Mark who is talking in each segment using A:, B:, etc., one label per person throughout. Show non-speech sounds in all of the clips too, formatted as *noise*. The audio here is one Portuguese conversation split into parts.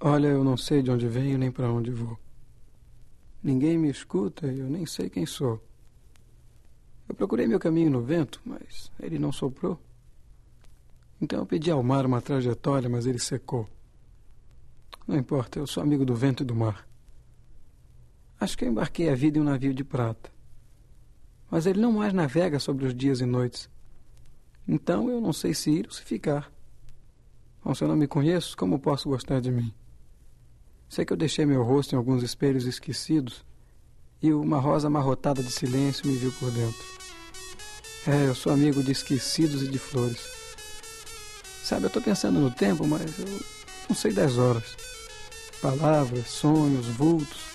A: Olha, eu não sei de onde venho nem para onde vou. Ninguém me escuta e eu nem sei quem sou. Eu procurei meu caminho no vento, mas ele não soprou. Então eu pedi ao mar uma trajetória, mas ele secou. Não importa, eu sou amigo do vento e do mar. Acho que eu embarquei a vida em um navio de prata. Mas ele não mais navega sobre os dias e noites. Então eu não sei se ir ou se ficar. Bom, se eu não me conheço, como posso gostar de mim? Sei que eu deixei meu rosto em alguns espelhos esquecidos e uma rosa amarrotada de silêncio me viu por dentro. É, eu sou amigo de esquecidos e de flores. Sabe, eu estou pensando no tempo, mas eu não sei das horas. Palavras, sonhos, vultos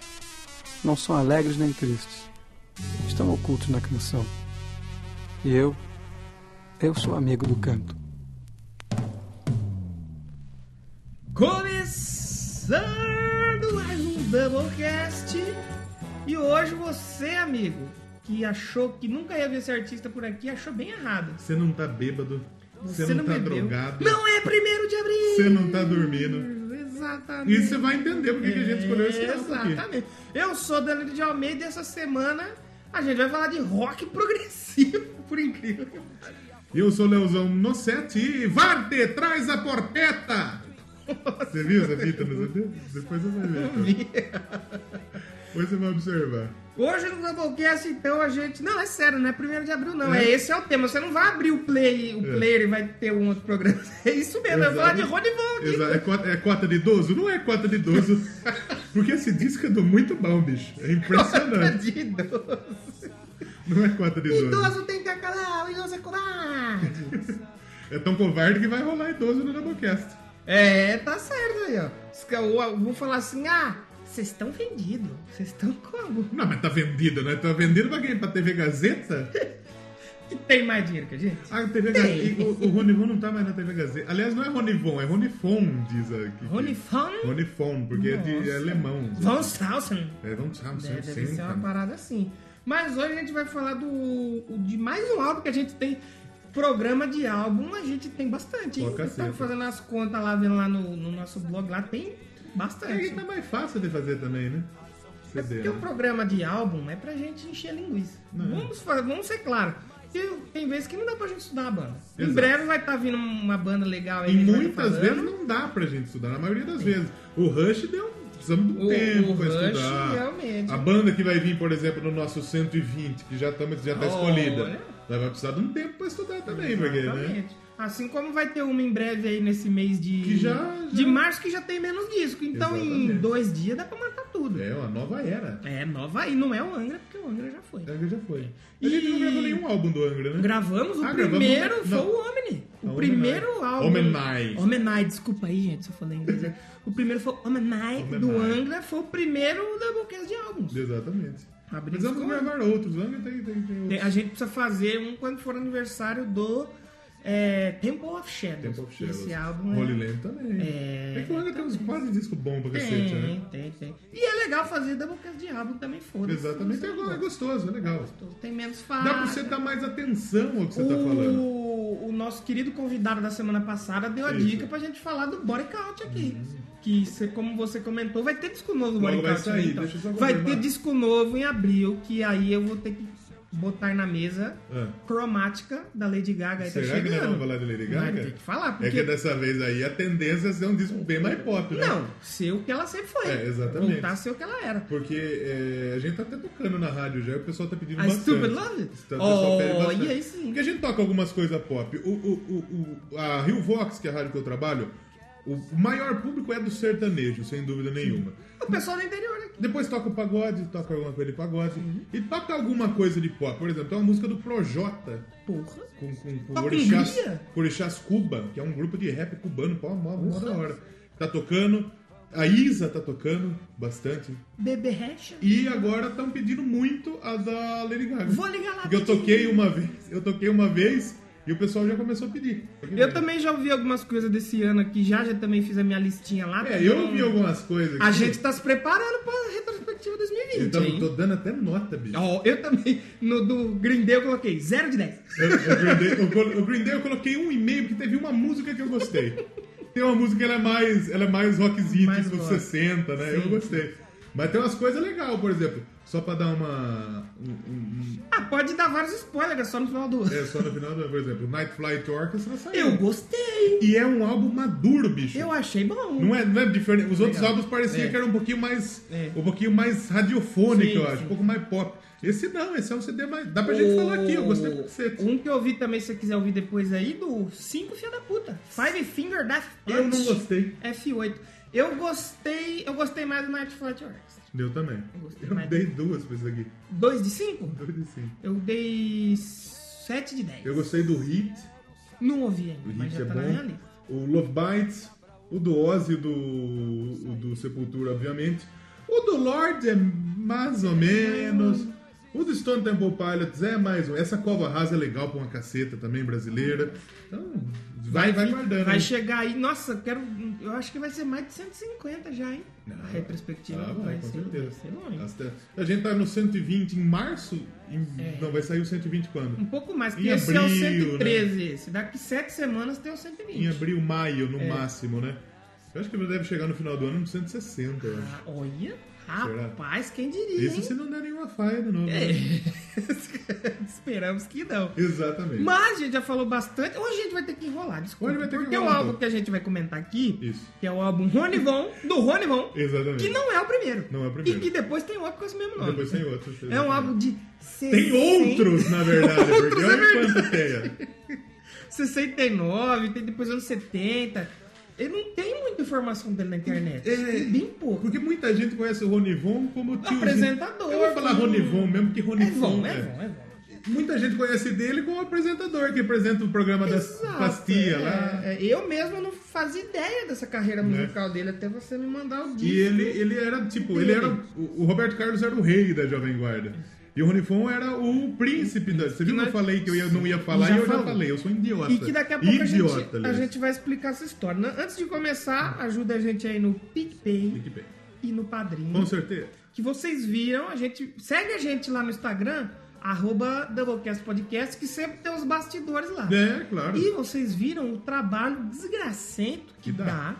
A: não são alegres nem tristes. Estão ocultos na canção. E eu, eu sou amigo do canto.
B: Começando mais um Doublecast. E hoje você, amigo, que achou que nunca ia ver esse artista por aqui, achou bem errado.
C: Você não tá bêbado. Você, não, tá drogado.
B: Não é primeiro de abril!
C: Você não tá dormindo.
B: Exatamente.
C: E você vai entender porque que a gente escolheu esse álbum aqui.
B: Exatamente. Eu sou Danilo de Almeida e essa semana a gente vai falar de rock progressivo, *laughs* por incrível que pareça.
C: E eu sou o Leozão Nocete e Varte, traz a porteta! Você viu essa fita? Não sabia? Depois você vai ver. cara. Depois você vai observar.
B: Hoje no Doublecast, então, a gente. Não, é sério, não é primeiro de abril, não.
C: Né?
B: É. esse é o tema. Você não vai abrir o play, o player e vai ter um outro programa. *laughs* É isso mesmo, eu vou falar de Ronivald. *laughs*
C: É. Exato. É, cota, é cota de idoso? Não é cota de *laughs* idoso. Porque esse disco é do muito bom, bicho. É impressionante.
B: tá De idoso.
C: Não é cota de idoso.
B: Idoso tem que acalar, o idoso é covarde.
C: É tão covarde que vai rolar idoso no Doublecast.
B: É, tá certo aí, ó. Os ca- o- Vão falar assim, ah, vocês estão vendidos, vocês estão como?
C: Não, mas tá vendido, né? Tá vendido pra quem? Pra TV Gazeta?
B: Que tem mais dinheiro que a gente?
C: Ah, TV Gazeta. O, o Ronivon não tá mais na TV Gazeta. Aliás, não é Ronivon, é Ronifon, diz aqui.
B: Ronifon?
C: Ronifon, porque é, de, é alemão.
B: Von Straussen.
C: É, vamos chamar
B: É, deve ser
C: tá.
B: uma parada assim. Mas hoje a gente vai falar do o- de mais um álbum que a gente tem. Programa de álbum a gente tem bastante. hein?
C: Pô,
B: Eu tava
C: caceta.
B: fazendo as contas lá, vendo lá no, no nosso blog, lá tem
C: É que
B: bastante.
C: tá mais fácil de fazer também, né?
B: É
C: CD,
B: porque o
C: né?
B: programa de álbum é pra gente encher a linguiça.
C: é.
B: Vamos, fa- vamos ser claros. E tem vezes que não dá pra gente estudar a banda. Em
C: Exato.
B: breve vai estar vindo uma banda legal aí. a
C: E
B: gente vai tá
C: muitas
B: falando.
C: vezes não dá pra gente estudar, na maioria das vezes. O Rush deu. Precisamos de um
B: O-
C: tempo
B: o
C: pra
B: Rush,
C: estudar.
B: realmente.
C: A banda que vai vir, por exemplo, no nosso 120, que já, tamo, já tá
B: Olha.
C: escolhida. Ela vai precisar de um tempo pra estudar também, porque, né?
B: Exatamente. Assim como vai ter uma em breve aí nesse mês de,
C: Que já- já-
B: de março que já tem menos disco. Então em
C: Exatamente.
B: dois dias dá pra matar tudo. É.
C: É uma nova era.
B: nova aí, não é o Angra, porque o Angra já foi.
C: O Angra já foi.
B: E-
C: A gente não gravou nenhum álbum do Angra, né?
B: Gravamos, o
C: Ah, gravamos-
B: primeiro
C: não.
B: foi o Omni. O
C: Omni.
B: primeiro álbum.
C: Omni.
B: Omni, desculpa aí, gente, se eu falei em inglês. o primeiro foi o Omni do
C: Omni.
B: Angra, foi o primeiro Doublecast de álbuns.
C: Exatamente.
B: Abrimos
C: Precisamos
B: com-
C: gravar outros. O Angra tem, tem, tem outros.
B: Tem- ah, A gente precisa fazer um quando for aniversário do é, Temple of Shadows.
C: Temple of
B: Esse
C: Shadows.
B: álbum é-
C: Holy Land também.
B: É,
C: É, que o Angra tem uns quase disco bom pra cacete, né?
B: Tem, tem, tem. E é legal fazer Doublecast de álbum também, foda-se.
C: Exatamente. É, go- é gostoso, é legal.
B: Tem menos fácil.
C: Dá pra você dar mais atenção ao que você
B: o...
C: tá falando.
B: O nosso querido convidado da semana passada deu a
C: Isso.
B: dica pra gente falar do Body Count aqui. Que, você- como você comentou, vai ter disco novo do Body
C: Logo vai
B: Count, né,
C: sair,
B: então.
C: deixa eu só
B: Vai
C: confirmar.
B: ter disco novo em abril, que aí eu vou ter que botar na mesa
C: Ah.
B: cromática da Lady Gaga. aí tá
C: Será que é
B: chegando.
C: nós vamos falar de Lady
B: Vai
C: Gaga?
B: ter que falar, porque...
C: É que dessa vez aí a tendência é ser um disco bem mais pop, né?
B: Não, ser o que ela sempre foi.
C: É, exatamente.
B: Voltar a ser o que ela era.
C: Porque é, a gente tá até tocando na rádio já e o pessoal tá pedindo
B: A
C: bastante.
B: Ah, Stupid Love?
C: Tá- o pessoal pede
B: Oh,
C: bastante.
B: e aí sim.
C: Porque a gente toca algumas coisas pop. O, o, o, o- a Rio Vox, que é a rádio que eu trabalho, o maior público é do sertanejo, sem dúvida nenhuma.
B: O pessoal do interior, né?
C: Depois toca o pagode, toca alguma coisa de pagode.
B: Uhum.
C: E toca alguma coisa de pop. Por exemplo, tem uma música do Projota
B: Porra.
C: com, com, com
B: Toca
C: Orixás,
B: Hungria?
C: com Orixás Cuba, que é um grupo de rap cubano, pô, mó, mó da hora. Tá tocando. A Isa tá tocando bastante.
B: Bebê Recha.
C: E agora estão pedindo muito a da Lady Gaga.
B: Vou ligar lá.
C: Porque eu toquei uma vez, eu toquei uma vez e o pessoal já começou a pedir.
B: Eu também já ouvi algumas coisas desse ano aqui, já já também fiz a minha listinha lá.
C: É, eu vi algumas coisas.
B: A gente tá se preparando pra retrospectiva 2020.
C: Eu tô,
B: hein?
C: Então, tô dando até nota, bicho.
B: Ó, eu também, no do Green Day eu coloquei 0 de 10.
C: Eu, eu, Green Day, eu, colo- o Green Day eu coloquei um e-mail porque teve uma música que eu gostei. tem uma música que ela é mais, ela é mais rockzinha,
B: Mais
C: tipo dos
B: rock.
C: 60, né?
B: Sim.
C: Eu gostei. Mas tem umas coisas legais, por exemplo, só pra dar uma. um- um- um-
B: Ah, pode dar vários spoilers, é só no final do.
C: é, só no final, por exemplo, Night Flight Orchestra saiu.
B: Eu gostei.
C: E é um álbum maduro, bicho.
B: Eu achei bom.
C: Não é, não é diferente. Os outros
B: Legal.
C: álbuns pareciam
B: É.
C: que era um pouquinho mais.
B: É.
C: Um pouquinho mais radiofônico,
B: Sim,
C: eu acho.
B: sim.
C: Um pouco mais pop. Esse não, esse é um CD mais. Dá pra gente
B: O-
C: falar aqui, eu gostei pra cacete.
B: Um que eu ouvi também, se você quiser ouvir depois aí, do Cinco Filha da Puta. Five Finger Death Punch.
C: Eu não gostei.
B: F8. Eu gostei. Eu gostei mais do Night Flight Orchestra.
C: Eu também.
B: Eu gostei
C: Eu
B: mais.
C: dei duas pra isso aqui.
B: 2 de 5?
C: Dois e cinco.
B: Eu dei 7 de 10.
C: Eu gostei do Hit.
B: Não ouvi
C: O
B: ainda, mas
C: Hit
B: já
C: é
B: tá na minha
C: bom.
B: lista.
C: O Love Bites. O do Ozzy, do, o do Sepultura, obviamente. O do Lorde é mais ou menos. O do Stone Temple Pilots é mais um. Essa cova rasa é legal pra uma caceta também brasileira. Então, vai, vai guardando.
B: Vai
C: hein?
B: chegar aí, nossa, eu quero. um, Eu acho que vai ser mais de 150 já, hein?
C: Não,
B: a retrospectiva
C: Ah,
B: vai,
C: vai, com
B: ser, um, vai
C: certeza.
B: ser longe.
C: As te- A gente tá no 120 em março. em-
B: É.
C: Não, vai sair o 120 quando?
B: Um pouco mais,
C: Em
B: porque esse é o
C: abril, né?
B: 113. Esse. Daqui 7 semanas tem o 120.
C: Em abril, maio, no
B: É.
C: máximo, né? Eu acho que ele deve chegar no final do ano no 160, eu acho.
B: Ah, olha, rapaz, quem diria,
C: Isso
B: hein?
C: se não der nenhuma falha de novo. né?
B: É. *laughs* Esperamos que não.
C: Exatamente.
B: Mas a gente já falou bastante. Hoje a gente vai ter que enrolar, desculpa.
C: Hoje vai ter que
B: porque o
C: enrolar,
B: álbum
C: então.
B: que a gente vai comentar aqui,
C: Isso.
B: que é o álbum Ronivon, do Ronivon,
C: Exatamente.
B: que não é o primeiro.
C: Não é o primeiro.
B: E que depois tem outro com esse mesmo nome.
C: Depois tem outro.
B: É um álbum de
C: Tem
B: 60,
C: outros, na verdade, porque
B: Outros, é
C: olha
B: verdade.
C: quanto tem. ó.
B: 69, tem depois anos 70. Ele não tem muita informação dele na internet.
C: É.
B: Tem bem pouco.
C: Porque muita gente conhece o Ronivon como tio.
B: Apresentador.
C: Eu vou falar Ronivon mesmo, que
B: É
C: Ronivon.
B: bom, é
C: né?
B: bom, é bom.
C: Muita gente conhece dele como apresentador, que apresenta o programa das
B: Exato,
C: pastilhas
B: é,
C: lá.
B: é, eu mesmo não fazia ideia dessa carreira
C: Né?
B: musical dele até você me mandar o disco.
C: E ele, ele era, tipo, ele era. O o Roberto Carlos era o rei da Jovem Guarda. E o Ronifon era o príncipe da. Você viu que eu
B: nós-
C: falei que eu ia- não ia falar
B: Já
C: e eu
B: falou.
C: já falei, eu sou idiota.
B: E que daqui a pouco a gente,
C: idiota,
B: a
C: aliás.
B: gente vai explicar essa história. Na- Antes de começar, ajuda a gente aí no PicPay
C: Muito bem.
B: e no
C: Com
B: Padrinho.
C: certeza.
B: Que vocês viram, a gente. Segue a gente lá no Instagram, arroba Doublecast Podcast, que sempre tem os bastidores lá.
C: É, claro.
B: E vocês viram o trabalho desgracento que,
C: Que dá.
B: dá.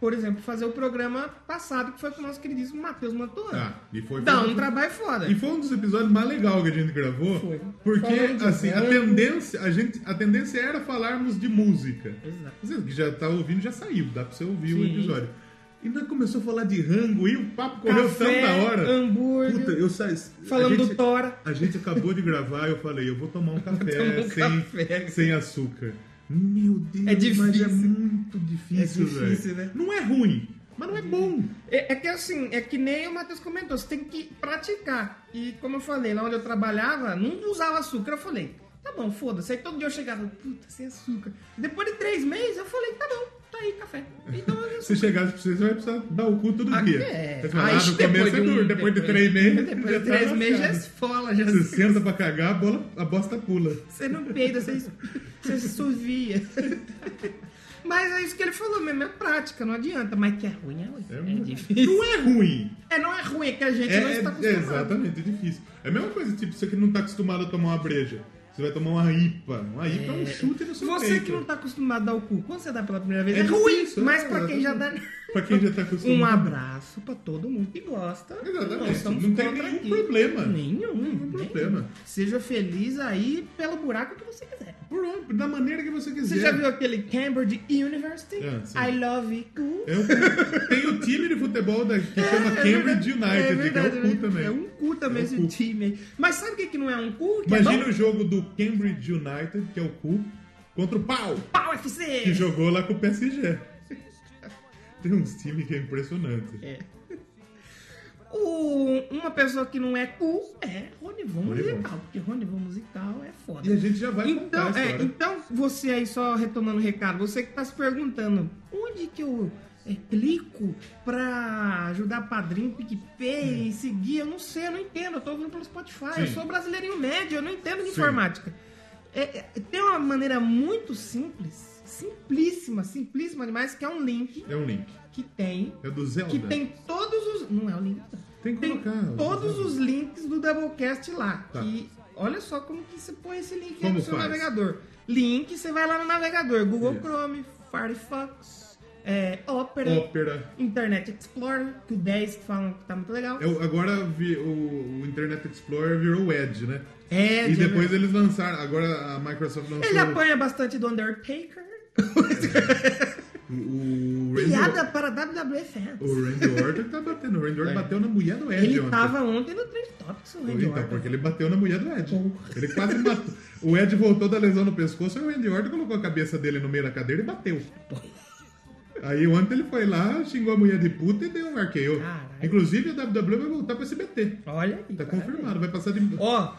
B: Por exemplo, fazer o programa passado, que foi com o nosso queridíssimo Matheus Mantuan.
C: Ah, e foi
B: Dá
C: foi-
B: um trabalho foda.
C: E foi um dos episódios mais legais que a gente gravou.
B: Foi.
C: Porque,
B: Falando de
C: assim, a
B: banco.
C: tendência, a, gente, a tendência era falarmos de música.
B: Exato.
C: Você que já tá ouvindo, já saiu, dá pra você ouvir o
B: Sim.
C: episódio. E nós começou a falar de rango e o papo correu
B: Café,
C: tanto da hora.
B: hambúrguer.
C: Puta, eu saí.
B: Falando
C: a gente,
B: do Tora.
C: A gente acabou de gravar, eu falei, eu
B: *laughs*
C: vou tomar um café,
B: tomar um
C: sem,
B: café.
C: sem açúcar. Meu Deus,
B: É difícil.
C: mas é muito difícil,
B: É difícil,
C: velho.
B: né?
C: Não é ruim, mas não é bom.
B: É, é que assim, é que nem o Matheus comentou, você tem que praticar. E como eu falei, lá onde eu trabalhava, não usava açúcar. Eu falei, tá bom, foda-se. Aí todo dia eu chegava, puta, sem açúcar. Depois de três meses, eu falei, tá bom, tá aí, café. Então
C: *laughs*
B: eu
C: Se chegasse pra você, você vai precisar dar o cu todo dia.
B: É.
C: Você fala,
B: Aí,
C: ah, no começo é
B: um-
C: duro, depois de três
B: *laughs*
C: meses.
B: Depois
C: já
B: de
C: tá
B: três meses já é
C: lascado.
B: esfola, já.
C: Você senta pra cagar, a, bola, a bosta pula.
B: Você não peida, você, você suvia. *laughs* Mas é isso que ele falou mesmo, é prática, não adianta. Mas que é ruim, é ruim.
C: É
B: É,
C: um-
B: difícil.
C: Não é ruim.
B: É, não é ruim, é que a gente
C: É,
B: não
C: é-
B: está
C: é
B: acostumado.
C: exatamente, é difícil. É a mesma coisa, tipo, você que não tá acostumado a tomar uma breja. Você vai tomar uma IPA. Uma IPA é, um chute no seu
B: Você
C: peito.
B: que não tá acostumado a dar o cu, quando você dá pela primeira vez,
C: É
B: é, ruim.
C: difícil,
B: mas
C: é,
B: pra quem já dá.
C: exatamente. Pra quem já tá acostumado.
B: Um abraço pra todo mundo que gosta.
C: Exatamente,
B: Nós estamos
C: não tem
B: contra
C: nenhum problema.
B: Nenhum. nenhum.
C: problema.
B: Seja feliz aí pelo buraco que você quiser.
C: Por onde? Da maneira que você quiser.
B: Você já viu aquele Cambridge University?
C: É, sim.
B: I love you. cu.
C: É um- tem o time de futebol da, que
B: *laughs*
C: chama
B: É verdade,
C: Cambridge United, que é o cu
B: né?
C: também.
B: É um cu também
C: É um
B: esse
C: cu.
B: time aí. Mas sabe o que, que não é um cu? Que é
C: Imagina
B: bom?
C: o jogo do Cambridge United, que é o cu, contra o pau,
B: Pau é FC!
C: que jogou lá com o PSG. Tem uns times que é impressionante.
B: É. O- uma pessoa que não é cu é Ronivon
C: Ronivon.
B: musical, porque Ronivon musical é foda.
C: E a gente já vai
B: então,
C: contar a
B: é,
C: história.
B: então, você aí, só retomando o recado, você que tá se perguntando, onde que eu é, clico pra ajudar padrinho, PicPay, e seguir? Eu não sei, eu não entendo, eu tô ouvindo pelo Spotify, eu
C: Sim.
B: sou brasileirinho médio, eu não entendo de
C: Sim.
B: informática. É, é, tem uma maneira muito simples, simplíssima, simplíssima demais, que é um link
C: É um link.
B: que tem
C: É do Zelda.
B: que tem todos os. Não é o link. não.
C: Tem que colocar, eu
B: todos
C: vou-
B: os links do Doublecast lá.
C: Tá.
B: E olha só como que você põe esse link aí
C: Como
B: no seu
C: faz?
B: navegador. Link, você vai lá no navegador. Google
C: Isso.
B: Chrome, Firefox, é, Opera,
C: Ópera.
B: Internet Explorer, que o 10 falam que tá muito legal.
C: Eu, agora vi- o, o Internet Explorer virou o Edge, né?
B: Edge,
C: e depois
B: né?
C: eles lançaram. Agora a Microsoft lançou
B: Ele apanha bastante do Undertaker.
C: o, o Randy,
B: Piada para WWE fans.
C: é. o Randy Orton tá batendo. O Randy Orton bateu na mulher do Edge
B: Ele
C: ontem.
B: tava ontem no Trend Topics, o Randy
C: Então,
B: Orton.
C: porque ele bateu na mulher do Ed.
B: Porra.
C: Ele quase matou. O Ed voltou da lesão no pescoço e o Randy Orton colocou a cabeça dele no meio da cadeira e bateu. Aí ontem ele foi lá, xingou a mulher de puta e deu um arqueio.
B: Caralho.
C: Inclusive a WWE vai voltar pro SBT.
B: Olha aí.
C: Tá
B: cara.
C: confirmado, vai passar de.
B: Ó,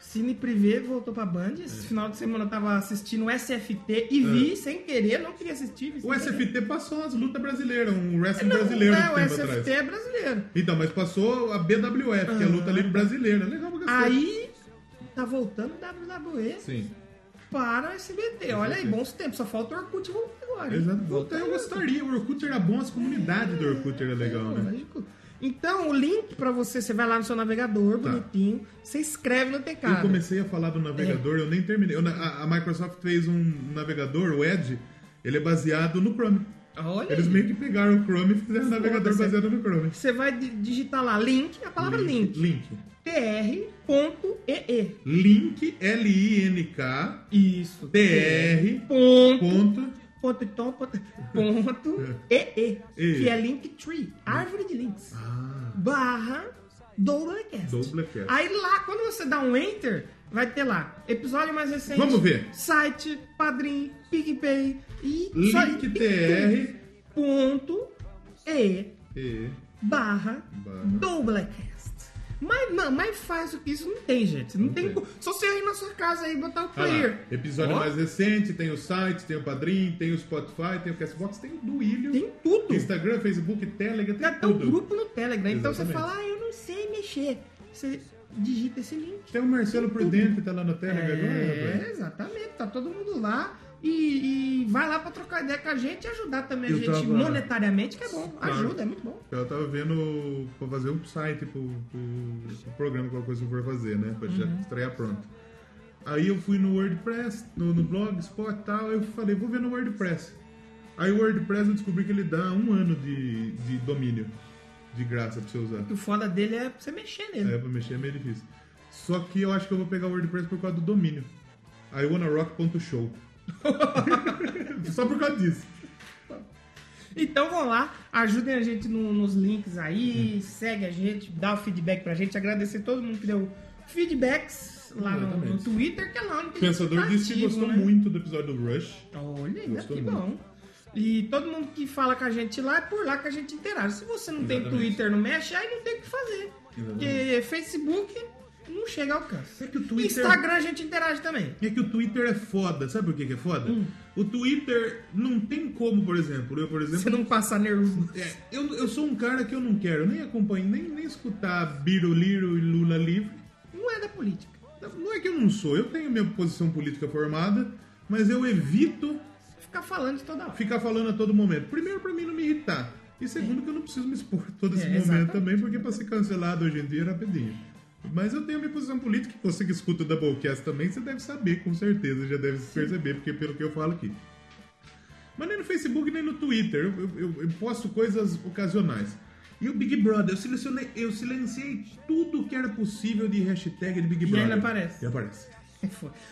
B: Cine Privé voltou pra Band.
C: É.
B: Esse final de semana eu tava assistindo o SFT e vi sem querer, não queria assistir. vi sem
C: O SFT passou umas lutas brasileiras, um
B: querer.
C: wrestling
B: Não,
C: brasileiro
B: é,
C: um
B: o
C: tempo
B: SFT
C: atrás.
B: é brasileiro.
C: Então, mas passou a BWF, que é a luta livre brasileira. Legal pra cacete.
B: Aí tá voltando o WWE
C: Sim.
B: para o SBT. Olha aí, bons tempos. Só falta o Orkut voltar agora. hein?
C: Exato. Voltar ah, eu gostaria. O Orkut era bom, as comunidades do Orkut era legal,
B: Não,
C: né?
B: lógico. Então, o link pra você, você vai lá no seu navegador,
C: Tá.
B: bonitinho, você escreve no teclado.
C: Eu comecei a falar do navegador, eu nem terminei. Eu na- a, a Microsoft fez um navegador, o Edge, ele é baseado no Chrome.
B: Olha,
C: Eles meio que pegaram o Chrome e fizeram um navegador
B: Foda-se.
C: baseado no Chrome.
B: você vai di- digitar lá link, a palavra link,
C: Link.
B: tr.ee.
C: Link, L-I-N-K,
B: Isso.
C: T-R,
B: Ponto,
C: ponto,
B: ponto, então, ponto, ponto, EE, que é Linktree, árvore de links,
C: ah,
B: barra Doublecast.
C: Doublecast.
B: Aí lá, quando você dá um enter, vai ter lá episódio mais recente,
C: Vamos ver.
B: site, padrim, PicPay e... só-
C: link, T-R,
B: Ponto, EE,
C: e,
B: barra,
C: Barra.
B: Doublecast. Mas, não, mas faz o que isso não tem, gente. Não, tem,
C: tem.
B: co- Só você ir na sua casa e botar o
C: ah
B: player.
C: lá, episódio
B: Ó.
C: mais recente, tem o site, tem o Padrim, tem o Spotify, tem o Castbox, tem o Duílio,
B: Tem tudo.
C: Instagram, Facebook, Telegram,
B: Tem
C: tem
B: até um
C: tudo.
B: grupo no Telegram. Então você
C: Exatamente.
B: fala, ah, eu não sei mexer. Você digita esse link.
C: Tem o Marcelo Prudente que tá lá na Telegram, né, rapaz?
B: É, exatamente. Tá todo mundo lá. E, e vai lá pra trocar ideia com a gente e ajudar também a
C: Eu
B: gente
C: tava-
B: monetariamente, que é bom.
C: Claro.
B: Ajuda, é muito bom.
C: Eu tava vendo pra fazer um site pro, pro- pro programa, qualquer coisa que eu for fazer, né? Pra
B: Uhum.
C: já estrear pronto. Aí eu fui no WordPress, no, no Blogspot e tal, eu falei, vou ver no WordPress. Aí o WordPress eu descobri que ele dá um ano de, de domínio de graça pra você usar.
B: E o foda dele é você mexer nele.
C: É, pra mexer é meio difícil. Só que eu acho que eu vou pegar o WordPress por causa do domínio. Iwanarock.show. *laughs* Só por causa disso.
B: Então vão lá, ajudem a gente no- nos links
C: Uhum.
B: aí, segue a gente, dá o feedback pra gente. Agradecer todo mundo que deu feedbacks lá no, no
C: Exatamente.
B: Twitter, que é lá onde
C: O
B: tem
C: pensador disse que
B: ativo,
C: gostou
B: né?
C: muito do episódio do Rush.
B: Olha, ainda
C: Gostou
B: que
C: muito.
B: bom. E todo mundo que fala com a gente lá, é por lá que a gente interage. Se você não tem
C: Exatamente.
B: Twitter, não mexe, aí não tem o que fazer.
C: Exatamente.
B: Porque Facebook não chega ao alcance.
C: É que o Twitter-
B: Instagram a gente interage também.
C: É que o Twitter é foda. Sabe por que que é foda?
B: Hum.
C: O Twitter não tem como, por exemplo. Eu, por
B: Você
C: exemplo.
B: não passa nervoso.
C: é, eu, eu sou um cara que eu não quero nem acompanhar, nem, nem escutar Biruliro e Lula livre.
B: Não é da política.
C: Não é que eu não sou, eu tenho minha posição política formada, mas eu evito
B: Ficar falando isso toda hora.
C: ficar falando a todo momento. Primeiro, pra mim não me irritar. E segundo, que eu não preciso me expor *laughs* a todo esse
B: É,
C: momento
B: exatamente.
C: também, porque pra ser cancelado hoje em dia é rapidinho. Mas eu tenho minha posição política, que você que escuta o Doublecast também, você deve saber, com certeza, já deve perceber, porque pelo que eu falo aqui. Mas nem no Facebook, nem no Twitter. Eu, eu- eu- eu posto coisas ocasionais. E o Big Brother, eu selecionei, eu silenciei tudo que era possível de hashtag de Big
B: E
C: Brother.
B: ainda aparece.
C: E aparece.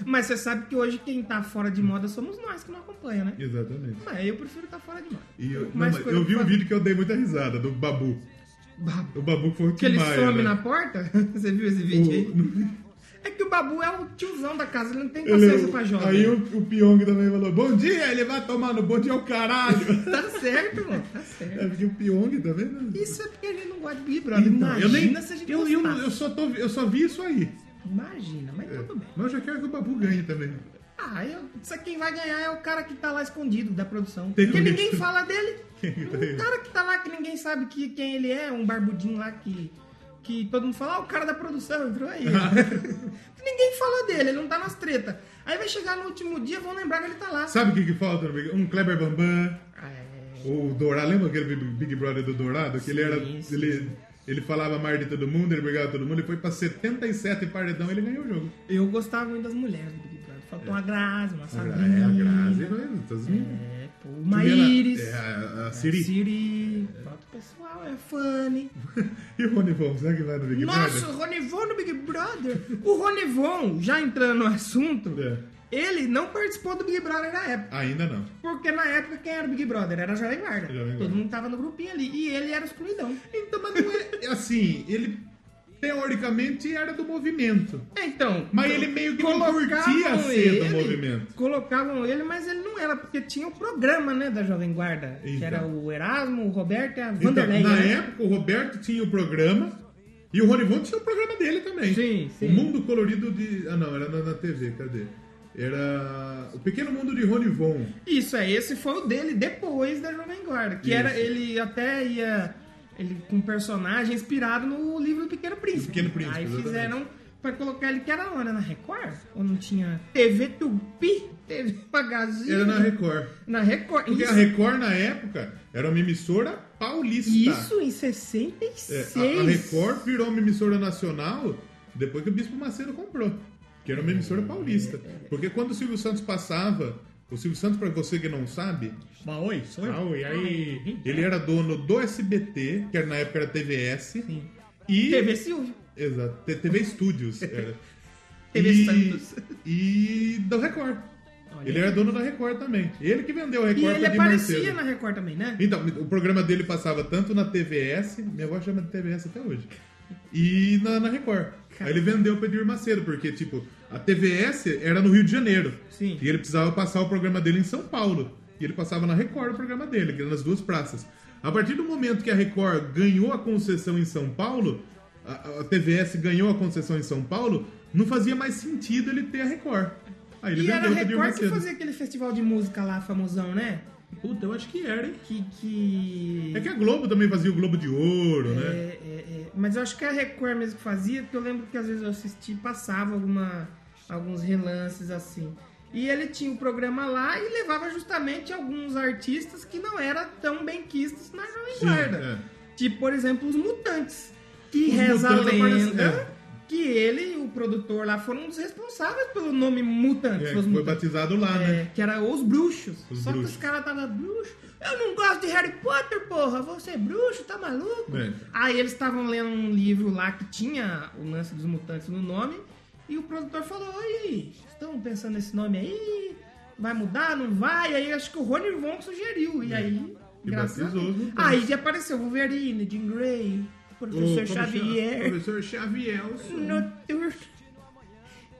B: Mas você sabe que hoje quem tá fora de moda somos nós que não acompanha, né?
C: Exatamente.
B: Mas eu prefiro estar fora de moda.
C: E eu, não,
B: Mas
C: mas
B: coisa
C: eu vi
B: pra-
C: um vídeo que eu dei muita risada, do Babu. O Babu que foi o
B: Que
C: que
B: ele
C: mais. né?
B: some na porta? *laughs* Você viu esse vídeo aí? É que o Babu é o tiozão da casa, ele não tem paciência pra jovem.
C: Aí é o, o Pyong também falou, bom dia, ele vai tomar no bom dia
B: *laughs*
C: o caralho.
B: Tá certo, mano. Tá certo.
C: é porque o Pyong também... Né?
B: Isso é porque a gente não gosta de Big Brother.
C: Então,
B: Imagina
C: eu nem...
B: se a gente um-
C: Eu, eu,
B: gostasse.
C: eu, só tô, eu só vi isso aí.
B: Imagina, mas tudo bem.
C: Mas eu já quero que o Babu ganhe também.
B: Ah, eu, isso aqui quem vai ganhar é o cara que tá lá escondido da produção.
C: Tem
B: Porque
C: um
B: ninguém
C: isso.
B: fala *laughs* dele.
C: Quem que tá aí?
B: O cara que tá lá, que ninguém sabe que, quem ele é, um barbudinho lá que, que todo mundo fala, ah, o cara da produção entrou aí. *laughs* ninguém fala dele, ele não tá nas tretas. Aí vai chegar no último dia, vão lembrar que ele tá lá.
C: Sabe o que que falta? no Big- Um Kleber Bambam,
B: É,
C: o Dourado. Lembra aquele Big- Big Brother do Dourado? Que ele era...
B: Sim, sim.
C: Ele, ele falava mais de todo mundo, ele brigava com todo mundo, ele foi pra 77 paredão e ele ganhou o jogo.
B: eu É. gostava muito das mulheres do Big Brother. Faltou uma Grazi, uma
C: É, a
B: Sabrina.
C: Grazi, vai, tá assim. todas as meninas.
B: É. Pô, Uma
C: Primeira-
B: Iris.
C: É, a, a
B: Siri.
C: Siri.
B: Siri. Pronto, pessoal, é Fanny.
C: *laughs* E o Ronivon, será que vai no Big
B: Nossa, o
C: Brother?
B: Ronivon no Big Brother. O Ronivon, já entrando no assunto,
C: É.
B: ele não participou do Big Brother na época.
C: Ainda não.
B: Porque na época quem era o Big Brother? Era a Jovem Guarda.
C: Jovem Guarda.
B: Todo mundo tava no grupinho ali. E ele era excluidão.
C: Então, mas não é. Assim, ele teoricamente era do movimento.
B: É, *laughs* Então.
C: Mas ele meio que não curtia
B: colocavam
C: ser do
B: ele-
C: movimento.
B: Colocavam ele, mas ele não era, porque tinha o programa, né, da Jovem Guarda. Que
C: Então.
B: era o Erasmo, o Roberto e a
C: Então,
B: Vanderlei.
C: na
B: né?
C: época, o Roberto tinha o programa e o Ronivon tinha o programa dele também.
B: Sim, sim.
C: O Mundo Colorido de. Ah, não, era na, na TV, cadê? Era. O Pequeno Mundo de Ronivon.
B: Isso, é, esse foi o dele depois da Jovem Guarda. Que
C: Isso.
B: era, ele até ia. Ele com um personagem inspirado no livro do Pequeno Príncipe.
C: Pequeno Príncipe,
B: Aí
C: exatamente.
B: fizeram pra colocar ele que era onde? Era na Record? Ou não tinha TV Tupi? TV Magazine?
C: Era na Record.
B: Na Record.
C: Porque a
B: Isso,
C: Record, na época, era uma emissora paulista.
B: isso em
C: É,
B: 66.
C: a, a Record virou uma emissora nacional depois que o Bispo Macedo comprou. Que era uma emissora paulista. Porque quando o Silvio Santos passava, o Silvio Santos, pra você que não sabe,
B: Mas oi, sou
C: ah, e aí ele era dono do SBT, que era- na época era TVS, e
B: TV Silvio.
C: Exato. T-
B: *laughs*
C: TV Studios. Era.
B: TV
C: e,
B: Santos.
C: E do Record.
B: Olha
C: ele era dono da Record também. Ele que vendeu a Record
B: E
C: pra
B: ele
C: Di
B: aparecia
C: Marcelo.
B: na Record também, né?
C: Então, o programa dele passava tanto na TVS, minha avó chama de TVS até hoje, e na, na Record. Aí ele vendeu pra Edir Macedo, porque, tipo, a TVS era no Rio de Janeiro.
B: Sim.
C: E ele precisava passar o programa dele em São Paulo. E ele passava na Record o programa dele, que era nas duas praças. A partir do momento que a Record ganhou a concessão em São Paulo, a, a TVS ganhou a concessão em São Paulo, não fazia mais sentido ele ter a Record. Aí ele
B: E era a
C: vendeu pra Edir
B: Record que
C: Macedo.
B: fazia aquele festival de música lá, famosão, né?
C: Puta, eu acho que era, hein?
B: Que. que...
C: É que a Globo também fazia o Globo de Ouro,
B: É,
C: né?
B: é, é. Mas eu acho que a Record mesmo que fazia, porque eu lembro que às vezes eu assisti passava alguma, alguns relances assim. E ele tinha o programa lá e levava justamente alguns artistas que não eram tão benquistos na Jovem
C: Sim, é.
B: Guarda. Tipo, por exemplo, os Mutantes. Que
C: Os
B: reza a
C: Mutantes aparece-
B: lenda
C: é.
B: que ele e o produtor lá foram um dos responsáveis pelo nome Mutantes.
C: É,
B: os
C: foi
B: Mutantes.
C: batizado lá,
B: É,
C: né?
B: que era os bruxos.
C: Os
B: Só
C: bruxos.
B: que os caras tava bruxo. Eu não gosto de Harry Potter, porra. Vou ser bruxo, tá maluco?
C: É.
B: Aí eles estavam lendo um livro lá que tinha o lance dos mutantes no nome. E o produtor falou: Oi, estão pensando nesse nome aí? Vai mudar? Não vai? Aí acho que o Rony Von sugeriu. E aí.
C: É. E
B: graças a
C: batizou então.
B: Deus.
C: os mutantes.
B: Aí já apareceu Wolverine, Jean Grey,
C: O
B: Professor Xavier,
C: Professor Xavier.
B: Noturno.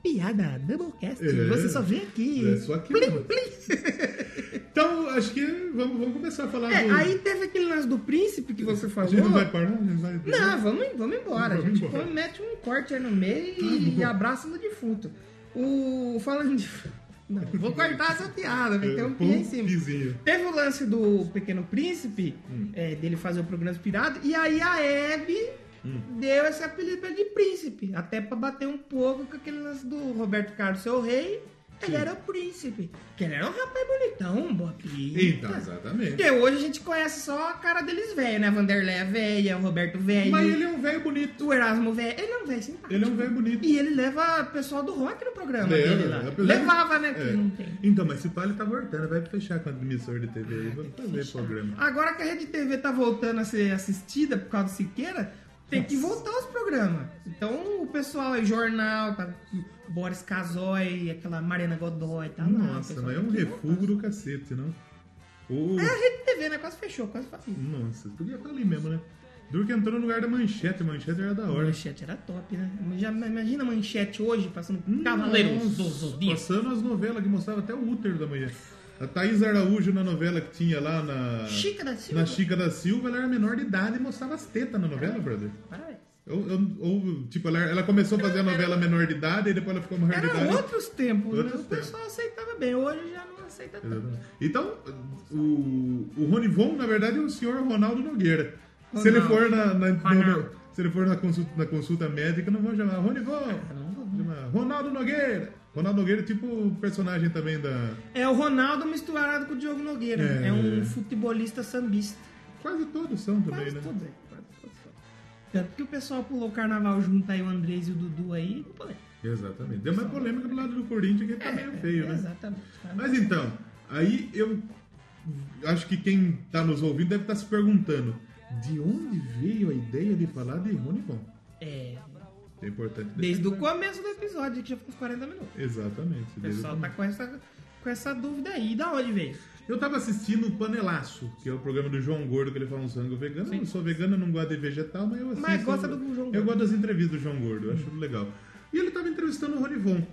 B: Piada, Doublecast.
C: É.
B: Você só vem aqui.
C: É só aqui
B: Plim,
C: mesmo.
B: plim.
C: *laughs* Então, acho que vamos, vamos começar a falar
B: É,
C: do...
B: aí teve aquele lance do príncipe que você
C: Uhum. A
B: falou.
C: gente não vai parar? A gente vai...
B: Não, vamos, vamos embora.
C: Vamos
B: a gente
C: embora. Tá
B: come- mete um corte aí no meio e, abraça no defunto. O. Falando de. *laughs* Não, vou cortar essa piada, vai ter um
C: Põe
B: pia em
C: um
B: cima.
C: pizinho. Hum.
B: Teve o lance do Pequeno Príncipe, é, dele fazer o programa inspirado, e aí a Hebe
C: Hum.
B: deu esse apelido pra ele de príncipe. Até pra bater um pouco com aquele lance do Roberto Carlos, seu rei. Ele era o príncipe. Que ele era um rapaz bonitão, boa pinta.
C: Então, exatamente.
B: Porque hoje a gente conhece só a cara deles velho, né? A Vanderlei é velha, o Roberto velho,
C: Mas ele é um velho bonito.
B: o Erasmo velho. Ele é um velho simpático.
C: Ele é um velho bonito.
B: E ele leva o pessoal do rock no programa
C: É,
B: dele lá.
C: apesar de-
B: Levava, né? Que
C: É.
B: não tem.
C: Então, mas se pá, ele tá voltando. Vai fechar com a emissora de TV aí. Vamos fazer programa.
B: Agora que a Rede TV tá voltando a ser assistida por causa do Siqueira, tem que voltar os programas. Então o pessoal é jornal, tá, Boris Casoy, aquela Mariana Godoy, tá lá. o
C: Nossa,
B: pessoal
C: mas é um
B: tem que
C: refúgio do cacete, não?
B: voltar.
C: O...
B: É a Rede TV, né? Quase fechou, quase faliu.
C: Nossa, podia estar ali mesmo, né? Duro que entrou no lugar da manchete. Manchete era da
B: A
C: hora.
B: Manchete era top, né? Já imagina a manchete hoje passando Cavaleiros
C: Hum, Nossa,
B: dos Zodíacos.
C: Passando as novelas que mostrava até o útero da manhã. A Thaís Araújo na novela que tinha lá na.
B: Chica da Silva.
C: Na Chica da Silva, ela era menor de idade e mostrava as tetas na novela, brother.
B: Parabéns.
C: Ou, ou- ou, tipo, ela, ela começou a fazer a novela menor de idade e depois ela ficou maior de
B: Era
C: idade.
B: outros tempos,
C: Outros
B: né? O pessoal aceitava bem, hoje já não aceita tanto.
C: Exatamente. Então, o, o Ronivon, na verdade, é o senhor Ronaldo Nogueira. Se ele
B: Ronaldo.
C: for na, na- no-
B: Ronaldo.
C: se ele for na consulta, na consulta médica, não vão chamar Ronivon.
B: não vão.
C: Chama Ronaldo Nogueira. Ronaldo Nogueira é tipo o personagem também da.
B: É o Ronaldo misturado com o Diogo Nogueira.
C: É.
B: É, um futebolista sambista.
C: Quase todos são também,
B: Quase
C: né?
B: todos aí. quase todos são. Tanto que o pessoal pulou o carnaval junto aí, o Andrés e o Dudu aí. Pô, é,
C: Exatamente. Deu uma polêmica do lado do Corinthians que tá meio feio, né?
B: Exatamente. tá?
C: Mas então, né? aí eu acho que quem tá nos ouvindo deve estar se perguntando de onde veio a ideia de falar de Ronivon.
B: É,
C: É importante.
B: desde o começo do episódio, que já ficou uns 40 minutos.
C: Exatamente.
B: O
C: desde
B: pessoal
C: o
B: tá com essa, com essa dúvida aí. E da onde veio?
C: Eu tava assistindo o Panelaço, que é o programa do João Gordo, que ele fala um sangue vegano. Eu não sou vegano, eu não gosto de vegetal, mas eu assisto.
B: Mas gosta
C: eu-
B: do João Gordo.
C: Eu gosto das entrevistas do João Gordo, eu acho legal. E ele tava entrevistando o Ronivon.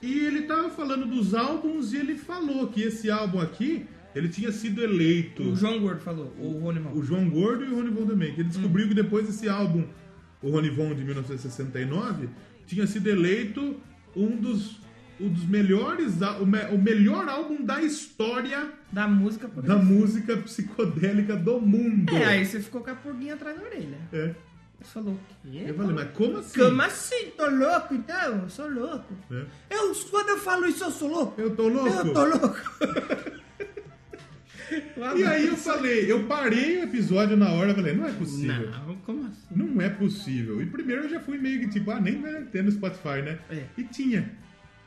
C: E ele tava falando dos álbuns e ele falou que esse álbum aqui, ele tinha sido eleito.
B: O João Gordo falou, ou o Rony Mal.
C: O João Gordo e o Ronivon também. Que ele descobriu que depois desse álbum, o Ronivon de 1969, tinha sido eleito um dos, um dos melhores, á- o, me- o melhor álbum da história
B: Da música por
C: da música psicodélica do mundo.
B: É, aí você ficou com a purguinha atrás da orelha.
C: É.
B: Você falou, o quê?
C: Eu falei, mas como assim?
B: Como assim? Tô louco então? Eu sou louco.
C: É.
B: Eu, quando eu falo isso, eu sou louco.
C: Eu tô louco?
B: Eu tô louco.
C: *laughs* E aí eu falei, eu parei o episódio na hora, eu falei, não é possível.
B: Não, como assim?
C: Não é possível. E primeiro eu já fui meio que tipo, ah, nem vai ter no Spotify, né?
B: É.
C: E tinha.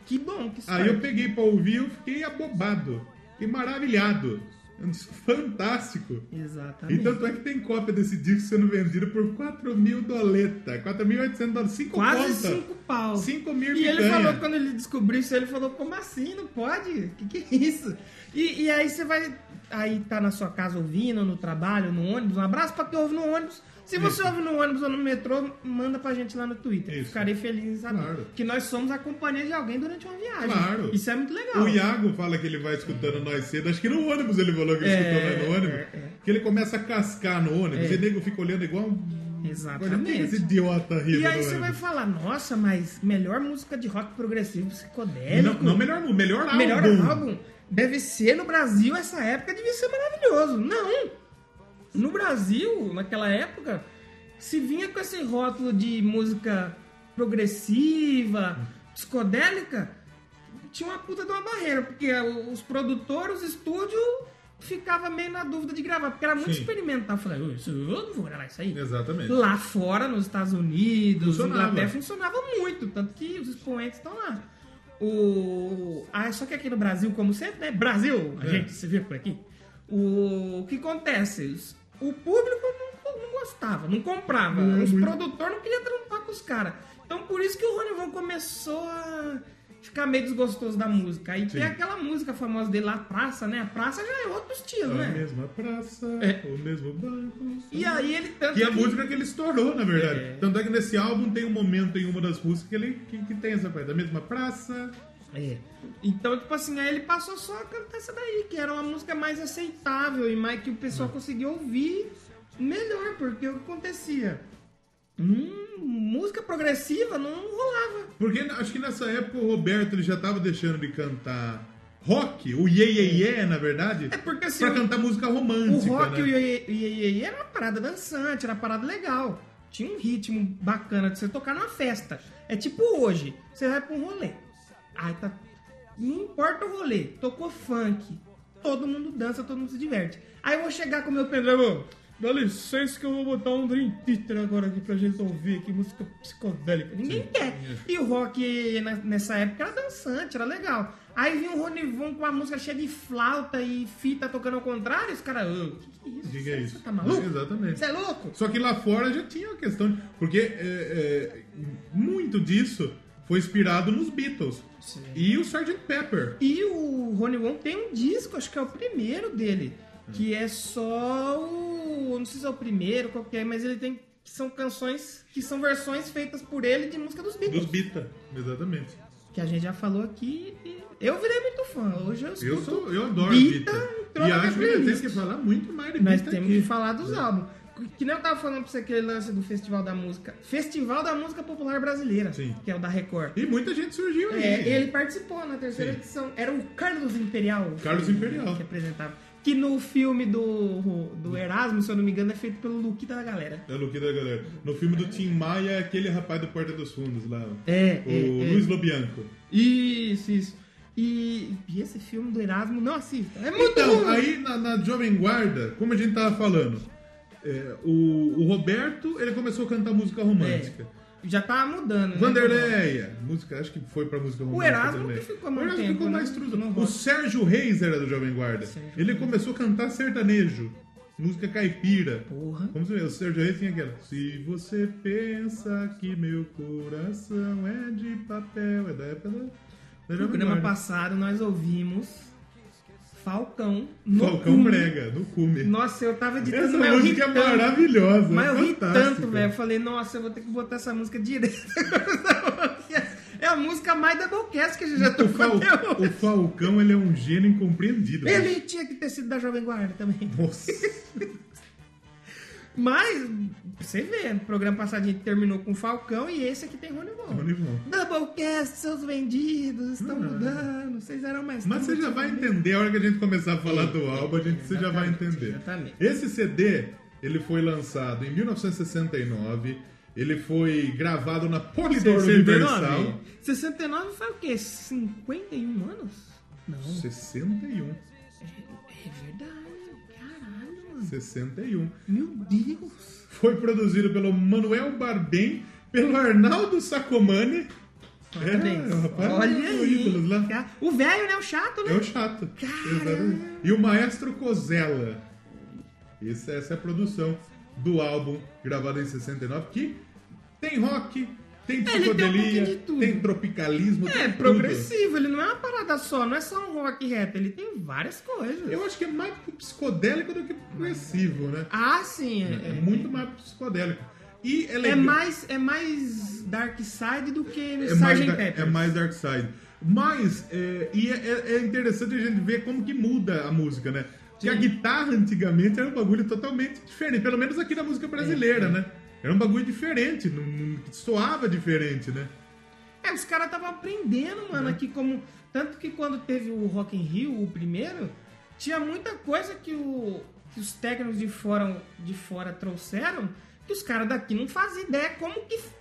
B: Que bom que
C: Aí eu peguei pra ouvir eu fiquei abobado. Fiquei maravilhado. É um disco fantástico.
B: Exatamente.
C: E tanto é que tem cópia desse disco sendo vendido por 4 mil doleta. 4.800 dólares. 5
B: Quase
C: conta.
B: cinco pau.
C: Cinco mil
B: E ele
C: picanha.
B: falou, quando ele descobriu isso, ele falou, como assim? Não pode? Que que é isso? E, e aí você vai... Aí tá na sua casa ouvindo, no trabalho, no ônibus. Um abraço pra quem ouve no ônibus. Se você ouve no ônibus ou no metrô, manda pra gente lá no Twitter.
C: Isso.
B: Ficarei feliz em saber
C: Claro.
B: que nós somos a companhia de alguém durante uma viagem.
C: Claro.
B: Isso é muito legal.
C: O Iago fala que ele vai escutando nós cedo. Acho que no ônibus ele falou que ele
B: É,
C: escutou nós no ônibus.
B: é, é.
C: Que ele começa a cascar no ônibus.
B: É.
C: E o nego fica olhando igual um. Olha, quem é Esse
B: Exatamente.
C: idiota rindo.
B: E aí
C: no
B: você vai
C: ônibus?
B: falar, nossa, mas melhor música de rock progressivo psicodélico.
C: Não, não melhor, melhor álbum.
B: melhor álbum deve ser no Brasil essa época devia ser maravilhoso não no Brasil naquela época se vinha com esse rótulo de música progressiva psicodélica tinha uma puta de uma barreira porque os produtores os estúdio ficava meio na dúvida de gravar porque era muito
C: Sim.
B: experimental falei "Ô, isso eu não vou gravar isso aí
C: Exatamente.
B: Lá fora, nos Estados Unidos, na
C: Funcionava.
B: Inglaterra, funcionava muito. Tanto que os expoentes estão lá. O... Ah, só que aqui no Brasil, como sempre, né? Brasil, a
C: É.
B: gente se vê por aqui. O, o que acontece? O público não, não gostava, não comprava.
C: Não,
B: os
C: muito.
B: produtores não queriam trampar com os caras. Então por isso que o Ronivon começou a ficar meio desgostoso da música. Aí tem
C: Sim.
B: aquela música famosa dele lá, Praça, né? A Praça já é outro estilo,
C: A
B: né?
C: mesma praça,
B: É.
C: o mesmo banco.
B: E aí ele tanto
C: Que é a
B: que-
C: música que ele estourou, na verdade.
B: É.
C: Tanto é que nesse álbum tem um momento em uma das músicas que ele que, que tem essa coisa. Da mesma praça.
B: É. Então, tipo assim, aí ele passou só a cantar essa daí, que era uma música mais aceitável e mais que o pessoal conseguia ouvir melhor, porque o que acontecia? Hum, música progressiva não rolava.
C: Porque acho que nessa época o Roberto ele já tava deixando de cantar rock, o Ye Ye Ye, na verdade,
B: É porque assim,
C: pra
B: o,
C: cantar música
B: o
C: romântica.
B: rock e o
C: né?
B: iê, iê, iê, iê era uma parada dançante, era uma parada legal. Tinha um ritmo bacana de você tocar numa festa. É tipo hoje, você vai pra um rolê. Aí tá. Não importa o rolê, tocou funk. Todo mundo dança, todo mundo se diverte. Aí eu vou chegar com o meu pendrive. ô, Dá licença que eu vou botar um Dream Theater agora aqui pra gente ouvir aqui, música psicodélica. Ninguém quer. É. E o rock iê, iê, na- nessa época era dançante, era legal. Aí vinha o Ronivon com uma música cheia de flauta e fita tocando ao contrário, os caras. "Ô, Que que é isso?
C: Diga isso.
B: Você tá maluco?
C: Exatamente.
B: Você é louco?
C: Só que lá fora já tinha uma questão. de- Porque é, é, muito disso foi inspirado nos Beatles.
B: Sim.
C: E o Sgt. Pepper.
B: E o Rony Wong tem um disco, acho que é o primeiro dele, que é só o. Não sei se é o primeiro, qual que é, mas ele tem. São canções que são versões feitas por ele de música dos Beatles.
C: Dos Beatles, exatamente.
B: Que a gente já falou aqui. e Eu virei muito fã. Hoje eu escuto.
C: Eu, sou, eu adoro
B: Bita
C: Bita.
B: entrou
C: E
B: na minha
C: acho que nós temos
B: playlist.
C: que falar muito mais de
B: Nós
C: Bita
B: temos
C: aqui.
B: que falar dos álbuns. Que nem eu tava falando pra você aquele lance do Festival da Música. Festival da Música Popular Brasileira,
C: Sim.
B: que é o da Record.
C: E muita gente surgiu aí.
B: É, ele participou na terceira
C: Sim.
B: edição. Era o Carlos Imperial.
C: Carlos
B: que-
C: Imperial.
B: Que apresentava. Que no filme do, do Erasmo, se eu não me engano, é feito pelo Luquita da galera.
C: É o Luquinha da galera. No filme do Tim Maia, é aquele rapaz do Porta dos Fundos lá.
B: É,
C: O
B: é, é.
C: Luiz Lobianco.
B: Isso, isso. E, e esse filme do Erasmo, não assista. É muito
C: Então,
B: ruim.
C: aí na, na Jovem Guarda, como a gente tava falando, é, o, o Roberto ele começou a cantar música romântica.
B: já tá mudando. né?
C: Wanderleia, música, acho que foi pra música romântica
B: Erasmo
C: também.
B: que ficou mais
C: O Erasmo
B: tempo,
C: ficou
B: né?
C: mais truso.
B: Não
C: O
B: gosto.
C: Sérgio Reis era do Jovem Guarda.
B: Sérgio
C: Ele começou a cantar sertanejo, música caipira.
B: Porra.
C: Vamos ver, o Sérgio Reis tinha aquela. Se você pensa que meu coração é de papel, é da época da, da
B: No
C: Jovem
B: programa
C: Guarda.
B: passado nós ouvimos Falcão no
C: Falcão
B: cume.
C: Brega, do Cume.
B: Nossa, eu tava editando,
C: Essa
B: mas eu ri
C: música é
B: tanto.
C: maravilhosa.
B: Mas eu ri
C: fantástica.
B: tanto, velho. Eu Falei, nossa, eu vou ter que botar essa música direto. *laughs* é a música mais Doublecast que a gente já
C: O,
B: tocou
C: Fal-
B: até hoje.
C: o Falcão, ele é um gênio incompreendido. velho.
B: Ele tinha que ter sido da Jovem Guarda também. *laughs*
C: Nossa.
B: Mas, você vê, no programa passado a gente terminou com Falcão e esse aqui tem Rony Von.
C: Rony Von.
B: Doublecast, seus vendidos estão
C: Ah.
B: mudando, vocês eram mais
C: Mas você
B: tudo,
C: já vai
B: né?
C: entender a hora que a gente começar a falar do álbum, a gente, você já vai
B: exatamente,
C: entender.
B: exatamente.
C: Esse CD, ele foi lançado em 1969, ele foi gravado na Polydor
B: 69?
C: Universal.
B: 69 foi o quê? 51 anos? Não.
C: 61.
B: É verdade. Caralho, mano.
C: 61.
B: Meu Deus.
C: Foi produzido pelo Manuel Barbem, pelo Arnaldo Sacomani.
B: Parabéns.
C: o É, rapaz
B: Olha
C: dos
B: aí.
C: ídolos lá.
B: Ca- O velho, né? O chato, né?
C: É o chato.
B: Caramba.
C: Exatamente. E o Maestro Cozella. Esse- essa é a produção do álbum gravado em 69, que tem rock, tem
B: tem um
C: psicodelia,
B: pouquinho de tudo.
C: tem tropicalismo, tem
B: É
C: tudo.
B: progressivo, ele não é uma parada só, não é só um rock reto, ele tem várias coisas.
C: Eu acho que é mais psicodélico do que progressivo, né?
B: Ah, sim, é,
C: É
B: é-
C: muito mais psicodélico. E é
B: é
C: legal.
B: mais é mais Dark Side do que
C: É mais,
B: Sgt.
C: da-
B: Pepper.
C: é mais Dark Side. Mas, é, e é, é- é interessante a gente ver como que muda a música, né? Porque a guitarra antigamente era um bagulho totalmente diferente, pelo menos aqui na música
B: É,
C: brasileira, né? Era um bagulho diferente, não, não- soava diferente, né?
B: É, os caras estavam aprendendo, mano, aqui como. Tanto que quando teve o Rock in Rio, o primeiro, tinha muita coisa que, o, que os técnicos de fora, de fora trouxeram que os caras daqui não fazem ideia como que f-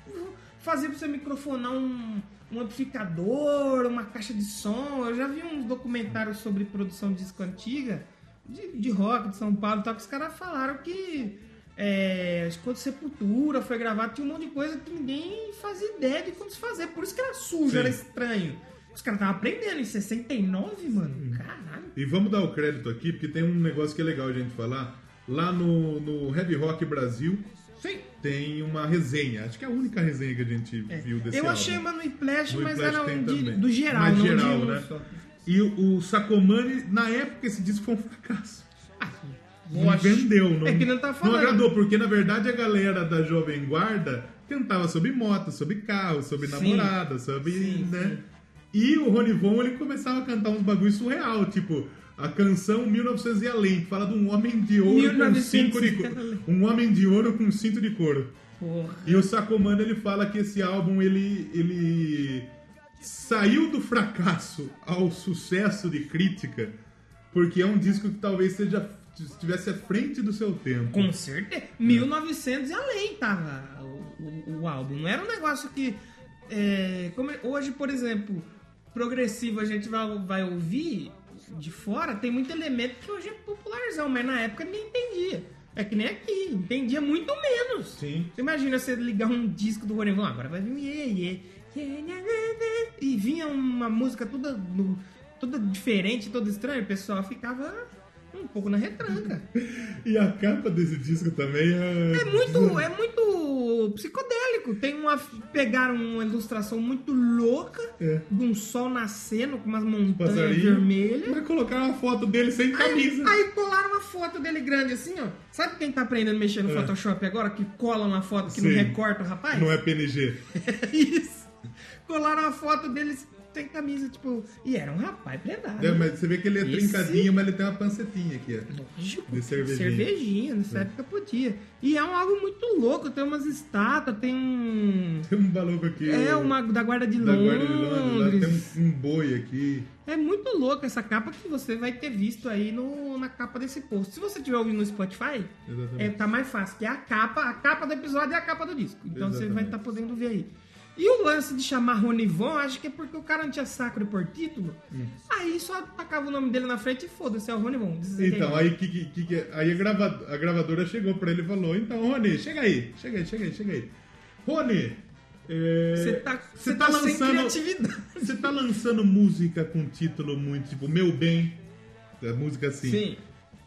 B: fazer pra você microfonar um, um amplificador, uma caixa de som. Eu já vi uns documentários sobre produção de disco antiga, de, de rock de São Paulo e tal, que os caras falaram que é, acho que quando Sepultura foi gravado, tinha um monte de coisa que ninguém fazia ideia de como se fazer. Por isso que era sujo,
C: Sim.
B: era estranho. Os caras estavam aprendendo em 69, mano. Caralho.
C: E vamos dar o crédito aqui, porque tem um negócio que é legal a gente falar. Lá no, no Heavy Rock Brasil
B: Sim.
C: tem uma resenha, acho que é a única resenha que a gente
B: É.
C: viu desse
B: Eu
C: álbum.
B: achei uma no Iplash,
C: No
B: mas
C: Iplash
B: era um
C: tem
B: de-
C: também.
B: do geral,
C: Mais
B: não
C: geral,
B: de um
C: né?
B: só.
C: E o Sacomani, na época, esse disco foi um fracasso.
B: Ah,
C: Não
B: lógico.
C: vendeu, não,
B: *laughs* É que não tá falando.
C: agradou, porque na verdade a galera da Jovem Guarda cantava sobre moto, sobre carro, sobre
B: Sim.
C: namorada, sobre.
B: Sim,
C: né? E o Rony Von ele começava a cantar uns bagulhos surreal, tipo a canção 1900 e além, que fala de um homem de ouro com
B: 1900
C: cinco de
B: e
C: couro.
B: além.
C: Um homem de ouro com cinto de couro.
B: Porra.
C: E o Sacomano ele fala que esse álbum ele, ele saiu do fracasso ao sucesso de crítica, porque é um disco que talvez seja estivesse à frente do seu tempo.
B: Com certeza. 1900 e além tava o, o- o álbum. Não era um negócio que. é, como é- hoje, por exemplo, progressivo a gente vai, vai ouvir de fora, tem muito elemento que hoje é popularzão, mas na época ninguém entendia. É que nem aqui, entendia muito menos.
C: Sim.
B: Você imagina você ligar um disco do Ronivon, agora vai vir um iê, iê, iê, nha, nha, nha, e vinha uma música toda, no- toda diferente, toda estranha, o pessoal ficava um pouco na retranca.
C: E a capa desse disco também é.
B: É muito, é muito psicodélico. Tem uma. Pegaram uma ilustração muito louca
C: É.
B: de um sol nascendo com umas montanhas
C: Passarinho.
B: vermelhas.
C: Mas colocaram é uma foto dele sem
B: Aí,
C: camisa.
B: aí colaram uma foto dele grande assim, ó. Sabe quem tá aprendendo a mexer no
C: É.
B: Photoshop agora? Que cola uma foto que
C: Sim.
B: não recorta o rapaz?
C: Não é PNG.
B: *laughs* Isso. Colaram a foto deles sem camisa, tipo. E era um rapaz predado.
C: É, mas você vê que ele é
B: Esse-
C: trincadinho, mas ele tem uma pancetinha aqui. ó. *laughs*
B: Lógico.
C: De cervejinha.
B: Cervejinha, nessa época podia. E é um algo muito louco, tem umas estátuas, tem um.
C: Tem um maluco aqui.
B: É
C: o-
B: uma da Guarda de
C: Da
B: Londres.
C: Guarda de Londres. lá Tem um, um boi aqui.
B: É muito louca essa capa que você vai ter visto aí no, na capa desse post. Se você tiver ouvindo no Spotify,
C: Exatamente.
B: é, tá mais fácil, que é a capa, a capa do episódio é a capa do disco. Então você vai
C: Exatamente.
B: estar podendo ver aí. E o lance de chamar Ronivon, acho que é porque o cara não tinha sacro por título. Aí só tacava o nome dele na frente e foda-se, é o Ronivon. diz aí quem
C: Então,
B: é.
C: aí, que, que- que- que- aí a, grava- a gravadora chegou pra ele e falou: Então, Rony, chega aí, chega aí, chega aí, chega aí. Rony, É,
B: Você tá, você
C: tá
B: tá, sem
C: lançando.
B: criatividade.
C: Você tá lançando música com título muito tipo Meu Bem. A música assim.
B: Sim.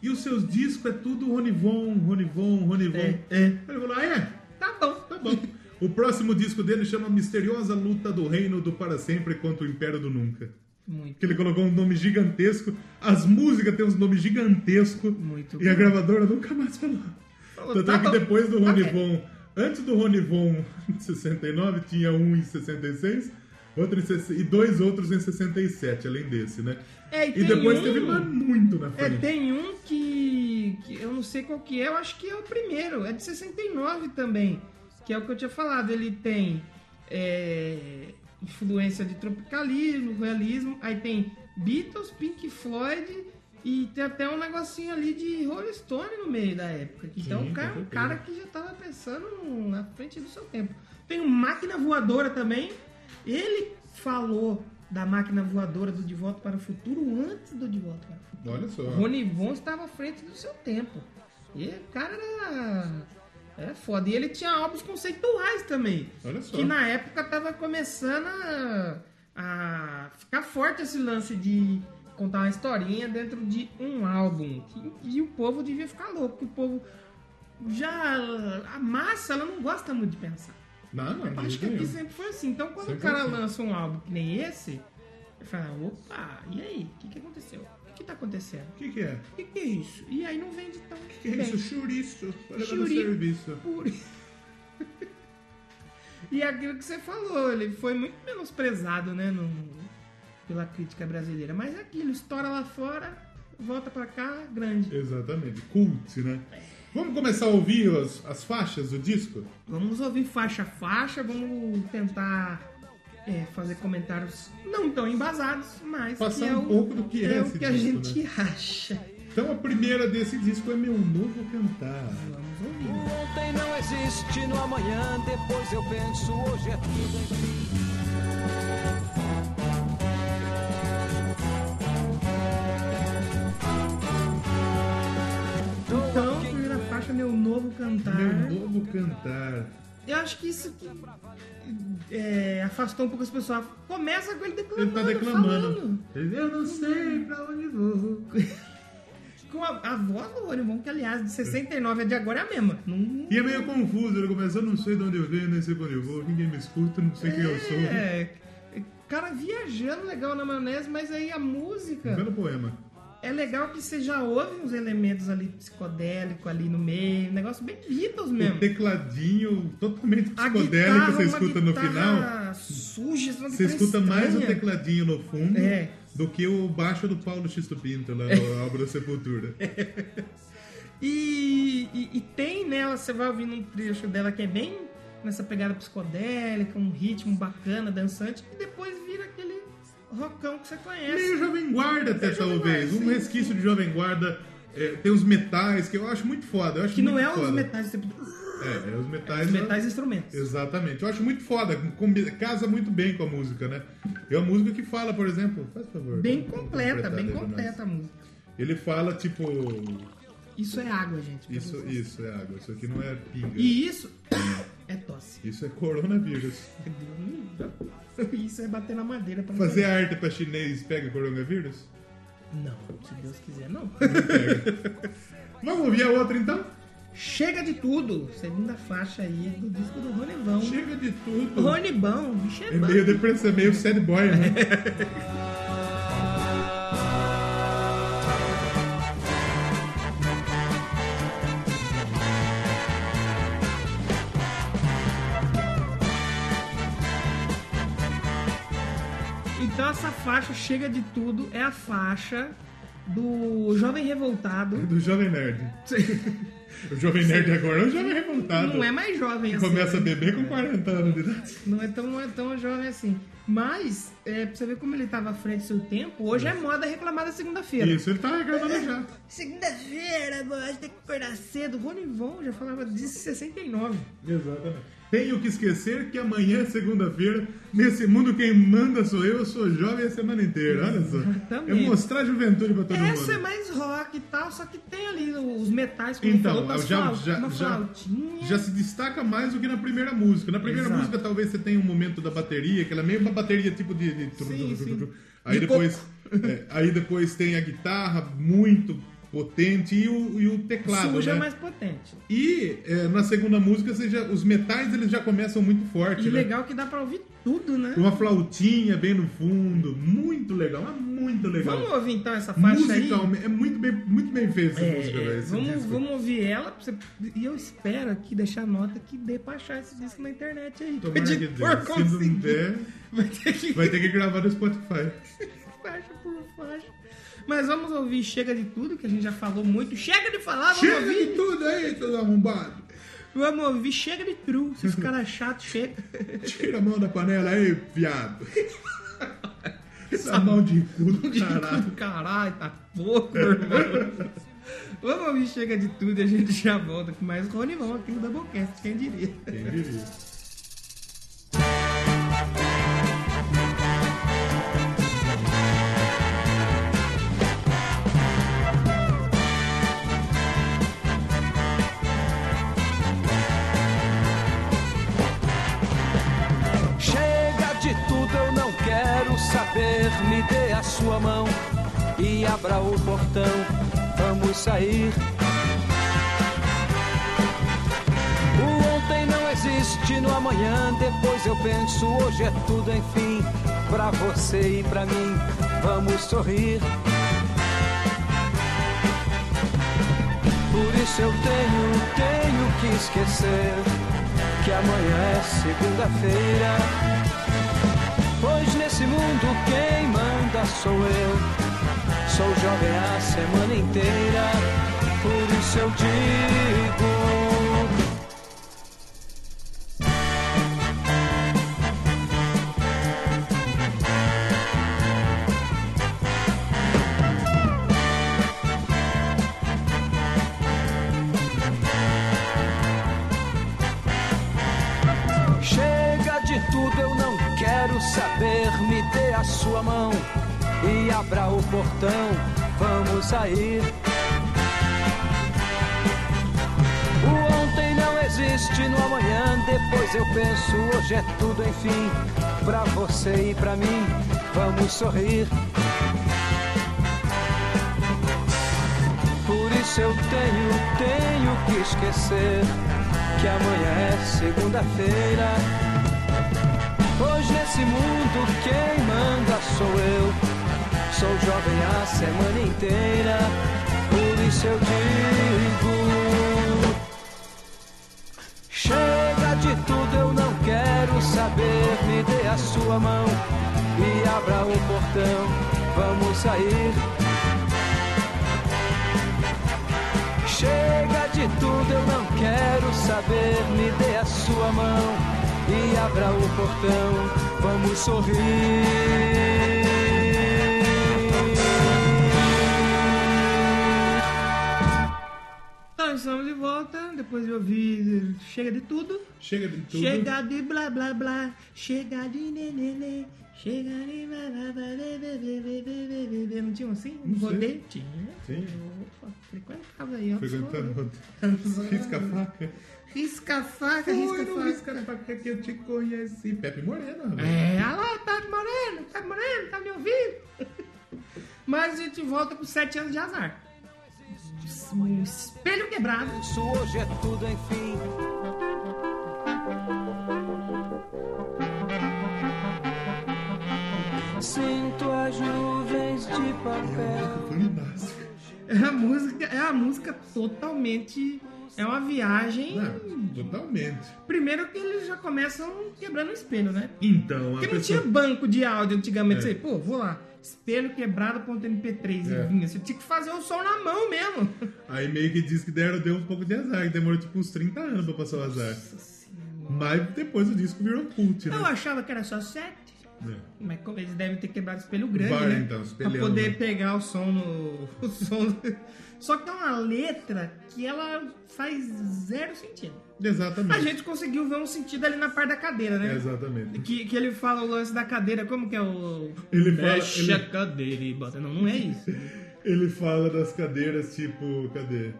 C: E os seus discos é tudo Ronivon, Ronivon, Ronivon.
B: É,
C: Ele falou, ah, é?
B: Tá bom.
C: Tá bom.
B: *laughs*
C: O próximo disco dele chama Misteriosa Luta do Reino do Para Sempre contra o Império do Nunca.
B: Muito.
C: Que ele colocou um nome gigantesco. As músicas têm uns nomes gigantescos.
B: Muito
C: E a
B: bom.
C: gravadora nunca mais falou.
B: Falou,
C: Tanto
B: tá
C: é que
B: bom.
C: depois do
B: Tá
C: Rony
B: bem.
C: Von, antes do Rony Von *laughs* em 69, tinha um em 66, outro em 60 e dois outros em 67, além desse, né?
B: É, e
C: E
B: tem
C: depois
B: um-
C: teve mais muito na
B: É,
C: frente.
B: tem um que, que eu não sei qual que é, eu acho que é o primeiro, é de 69 também, que é o que eu tinha falado, ele tem é, influência de tropicalismo, realismo, aí tem Beatles, Pink Floyd e tem até um negocinho ali de Rolling Stone no meio da época. Então
C: Sim,
B: o cara,
C: com
B: um
C: certeza.
B: cara que já tava pensando na frente do seu tempo. Tem o Máquina Voadora também, ele falou da Máquina Voadora do De Volta para o Futuro antes do De Volta para o Futuro.
C: Olha só.
B: Rony Von estava à frente do seu tempo. E o cara era, era foda. E ele tinha álbuns conceituais também.
C: Olha só.
B: Que na época tava começando a, a ficar forte esse lance de contar uma historinha dentro de um álbum. E, e o povo devia ficar louco, porque o povo já. A massa, ela não gosta muito de pensar.
C: Não, não,
B: Eu
C: não
B: acho que
C: tem.
B: aqui sempre foi assim. Então quando
C: Sempre
B: o cara
C: assim.
B: lança um álbum que nem esse, ele fala: opa, e aí? O que, que aconteceu? O que, que tá acontecendo?
C: O que, que é?
B: O que, que é isso? E aí não vende tão
C: O que, que é isso? Chouriço. Olha lá no
B: Chouriço.
C: serviço.
B: Por... *laughs* e é aquilo que você falou, ele foi muito menosprezado, né, no- pela crítica brasileira. Mas é aquilo, estoura lá fora, volta pra cá, grande.
C: Exatamente. Cult, né? Vamos começar a ouvir as, as faixas do disco?
B: Vamos ouvir faixa a faixa, vamos tentar é, fazer comentários não tão embasados, mas
C: Passar
B: que é
C: um
B: o,
C: pouco do que é
B: é o
C: esse
B: que a
C: disco,
B: gente *laughs* acha.
C: Então a primeira desse disco é Meu Novo Cantar.
B: Vamos ouvir.
D: O ontem não existe no amanhã, depois eu penso, hoje é tudo em mim.
B: Então, a primeira faixa, meu novo cantar.
C: Meu Novo Cantar.
B: Eu acho que isso que, é, afastou um pouco as pessoas. Começa com ele declamando.
C: Ele tá declamando.
B: falando.
C: Eu não sei pra onde vou.
B: *laughs* Com a, a voz do Orimon, que aliás, de 69 é de agora é a mesma. Não,
C: E é meio confuso, ele começa, eu não sei de onde eu venho, nem sei pra onde eu vou, ninguém me escuta, não sei quem eu sou.
B: é. Cara viajando legal na maionese, mas aí a
C: Um
B: música.
C: belo poema.
B: É legal que você já ouve uns elementos ali psicodélico ali no meio. Um negócio bem Beatles mesmo.
C: Um tecladinho totalmente
B: A
C: psicodélico que
B: guitarra,
C: você
B: uma
C: escuta no final.
B: guitarra Suja, uma
C: Você
B: guitarra
C: escuta mais o
B: estranha.
C: tecladinho no fundo
B: É.
C: do que o baixo do Paulo Xisto Pinto lá na obra da Sepultura.
B: É. E, e- e tem nela, você vai ouvindo um trecho dela que é bem nessa pegada psicodélica, um ritmo bacana, dançante, e depois vira aquele rockão que você conhece.
C: Meio é Jovem Guarda até,
B: Meio É Jovem
C: talvez.
B: Guarda,
C: um
B: sim,
C: resquício de Jovem Guarda. É, tem os metais que eu acho muito foda. Eu acho
B: Que não
C: muito
B: é os
C: foda.
B: metais, tipo,
C: É, é os metais.
B: os
C: né?
B: metais instrumentos.
C: Exatamente. Eu acho muito foda. combi- Casa muito bem com a música, né? É uma música que fala, por exemplo. Faz favor.
B: Bem
C: vamos
B: completa,
C: interpretar
B: bem
C: dele, mas-
B: completa a música.
C: Ele fala, tipo.
B: Isso é água, gente. pra
C: Isso,
B: vocês.
C: isso é água, isso aqui não é pinga.
B: E isso é tosse. *laughs*
C: Isso é coronavírus.
B: Deus me livre. Isso é bater na madeira pra não
C: Fazer arte pra chinês pega coronavírus?
B: Não, se Deus quiser, não.
C: Vamos ouvir a outra então?
B: Chega de tudo! Segunda faixa aí do disco do Ronivão.
C: Chega de tudo.
B: Ronibão, bicho é
C: É
B: bom.
C: meio depressão, é meio sad boy, né? *laughs*
B: Então essa faixa chega de tudo, é a faixa do Jovem Revoltado.
C: Do Jovem Nerd. O Jovem Nerd agora é um jovem revoltado.
B: Não é mais jovem assim.
C: Começa a beber com 40 anos de idade.
B: Não é tão, não é tão jovem assim. Mas, é, pra você ver como ele tava à frente do seu tempo, hoje é moda reclamar da segunda-feira. é
C: Isso, ele tá reclamando já.
B: Segunda-feira, moço, tem que acordar cedo. Ronivon já falava disso em 69.
C: Exatamente. Tenho que esquecer que amanhã é segunda-feira. Nesse mundo, quem manda sou eu. Eu sou jovem a semana inteira. Olha só.
B: Exatamente.
C: É mostrar juventude pra todo
B: Essa é
C: mundo.
B: mais rock e tal, só que tem ali os metais, como
C: Então,
B: falou,
C: falar.
B: umas
C: Já,
B: flau-
C: já,
B: uma
C: já,
B: flautinha.
C: já se destaca mais do que na primeira música. Na primeira
B: Exato.
C: música, talvez você tenha um momento da bateria, que ela é meio uma bateria tipo de. de tru-
B: Sim,
C: tru- tru- tru-
B: sim.
C: Aí
B: De
C: depois. é, aí depois tem a guitarra muito potente e o, e o teclado.
B: Suja
C: né?
B: mais potente.
C: E é, na segunda música, você já- os metais eles já começam muito forte.
B: E
C: né?
B: legal que dá pra ouvir tudo, né?
C: Uma flautinha bem no fundo. Muito legal, mas muito legal.
B: Vamos ouvir então essa faixa aí?
C: Musicalmente, é muito bem, muito bem feito essa
B: É,
C: música, velho. esse
B: vamos,
C: disco.
B: vamos ouvir ela pra você- e eu espero aqui deixar a nota que dê pra achar esse disco na internet aí.
C: Tomara
B: De
C: que dê.
B: por
C: Se não
B: conseguir.
C: der,
B: Vai ter que
C: *laughs* vai ter que gravar no Spotify.
B: faixa por faixa. Mas vamos ouvir Chega de Tudo, que a gente já falou muito. Chega de falar, vamos
C: Chega
B: ouvir.
C: de tudo aí, seus arrombados.
B: Vamos ouvir Chega de True. Esses
C: *laughs*
B: caras chatos, é chega.
C: Tira a mão da panela aí, viado. Essa mão de cu do caralho.
B: *laughs* Caralho, tá pouco, irmão. Vamos ouvir Chega de Tudo e a gente já volta com mais Ronivon aqui no Doublecast, quem diria.
C: Quem diria?
D: Chega de tudo, eu não quero saber. Me dê a sua mão e abra o portão. Vamos sair. O ontem não existe no amanhã. Depois eu penso, hoje é tudo, enfim. Pra você e pra mim, vamos sorrir. Por isso eu tenho, tenho que esquecer que amanhã é segunda-feira. Pois nesse mundo quem manda sou eu. Sou jovem a semana inteira. Por isso eu digo. Chega de tudo, eu não quero saber. Me dê a sua mão e abra o portão. Vamos sair. O ontem não existe no amanhã. Depois eu penso, hoje é tudo, enfim. Pra você e pra mim, vamos sorrir. Por isso eu tenho, tenho que esquecer que amanhã é segunda-feira. Hoje nesse mundo quem manda sou eu. Sou jovem a semana inteira, por isso eu digo. Chega de tudo, eu não quero saber. Me dê a sua mão e abra o portão. Vamos sair. Chega de tudo, eu não quero saber. Me dê a sua mão e abra o portão. Vamos sorrir.
B: Então estamos de volta, depois de ouvir Chega de Tudo.
C: Chega de tudo.
B: Chega de blá blá blá, chega de nenê, chega de blá blá blá, blá, blá, blá, blá, blá, blá. Não tinha um assim? Um
C: Não sei.
B: rodeio? Tinha.
C: Tinha.
B: Opa, frequentava aí, ó.
C: Frequentando.
B: Foi.
C: Risca a faca.
B: Risca a faca,
C: Foi
B: risca
C: no
B: a faca.
C: risca a faca que eu te conheci. Pepe Moreno, né? velho.
B: É, olha lá, tá moreno, tá moreno, tá me ouvindo? Mas a gente volta com 7 anos de azar. Um espelho quebrado.
D: Isso hoje é tudo, enfim. Sinto as nuvens de papel.
C: Fantástico.
B: É a música, é a música totalmente. É uma viagem.
C: Não, totalmente.
B: Primeiro que eles já começam quebrando o espelho, né?
C: Então, a
B: Porque não
C: pessoa...
B: tinha banco de áudio antigamente.
C: É.
B: Você, pô, vou lá. Espelho quebrado.mp3
C: É.
B: e vinha. Você tinha que fazer o som na mão mesmo.
C: Aí meio que diz que deram, deu um pouco de azar, que demorou tipo uns 30 anos pra passar o azar. Mas depois o disco virou cult, né?
B: Eu achava que era só sete.
C: É.
B: Mas como eles devem ter quebrado o espelho grande,
C: Vai,
B: né?
C: então, espelhão,
B: pra poder
C: né?
B: pegar o som no. *laughs* O som Só que é uma letra que ela faz zero sentido.
C: Exatamente.
B: A gente conseguiu ver um sentido ali na parte da cadeira,
C: É,
B: né?
C: Exatamente.
B: Que, que ele fala o lance da cadeira, como que é o.
C: Ele fala-
B: Fecha
C: ele-
B: a cadeira e bota. Não, não é isso.
C: Ele fala das cadeiras, tipo, cadê?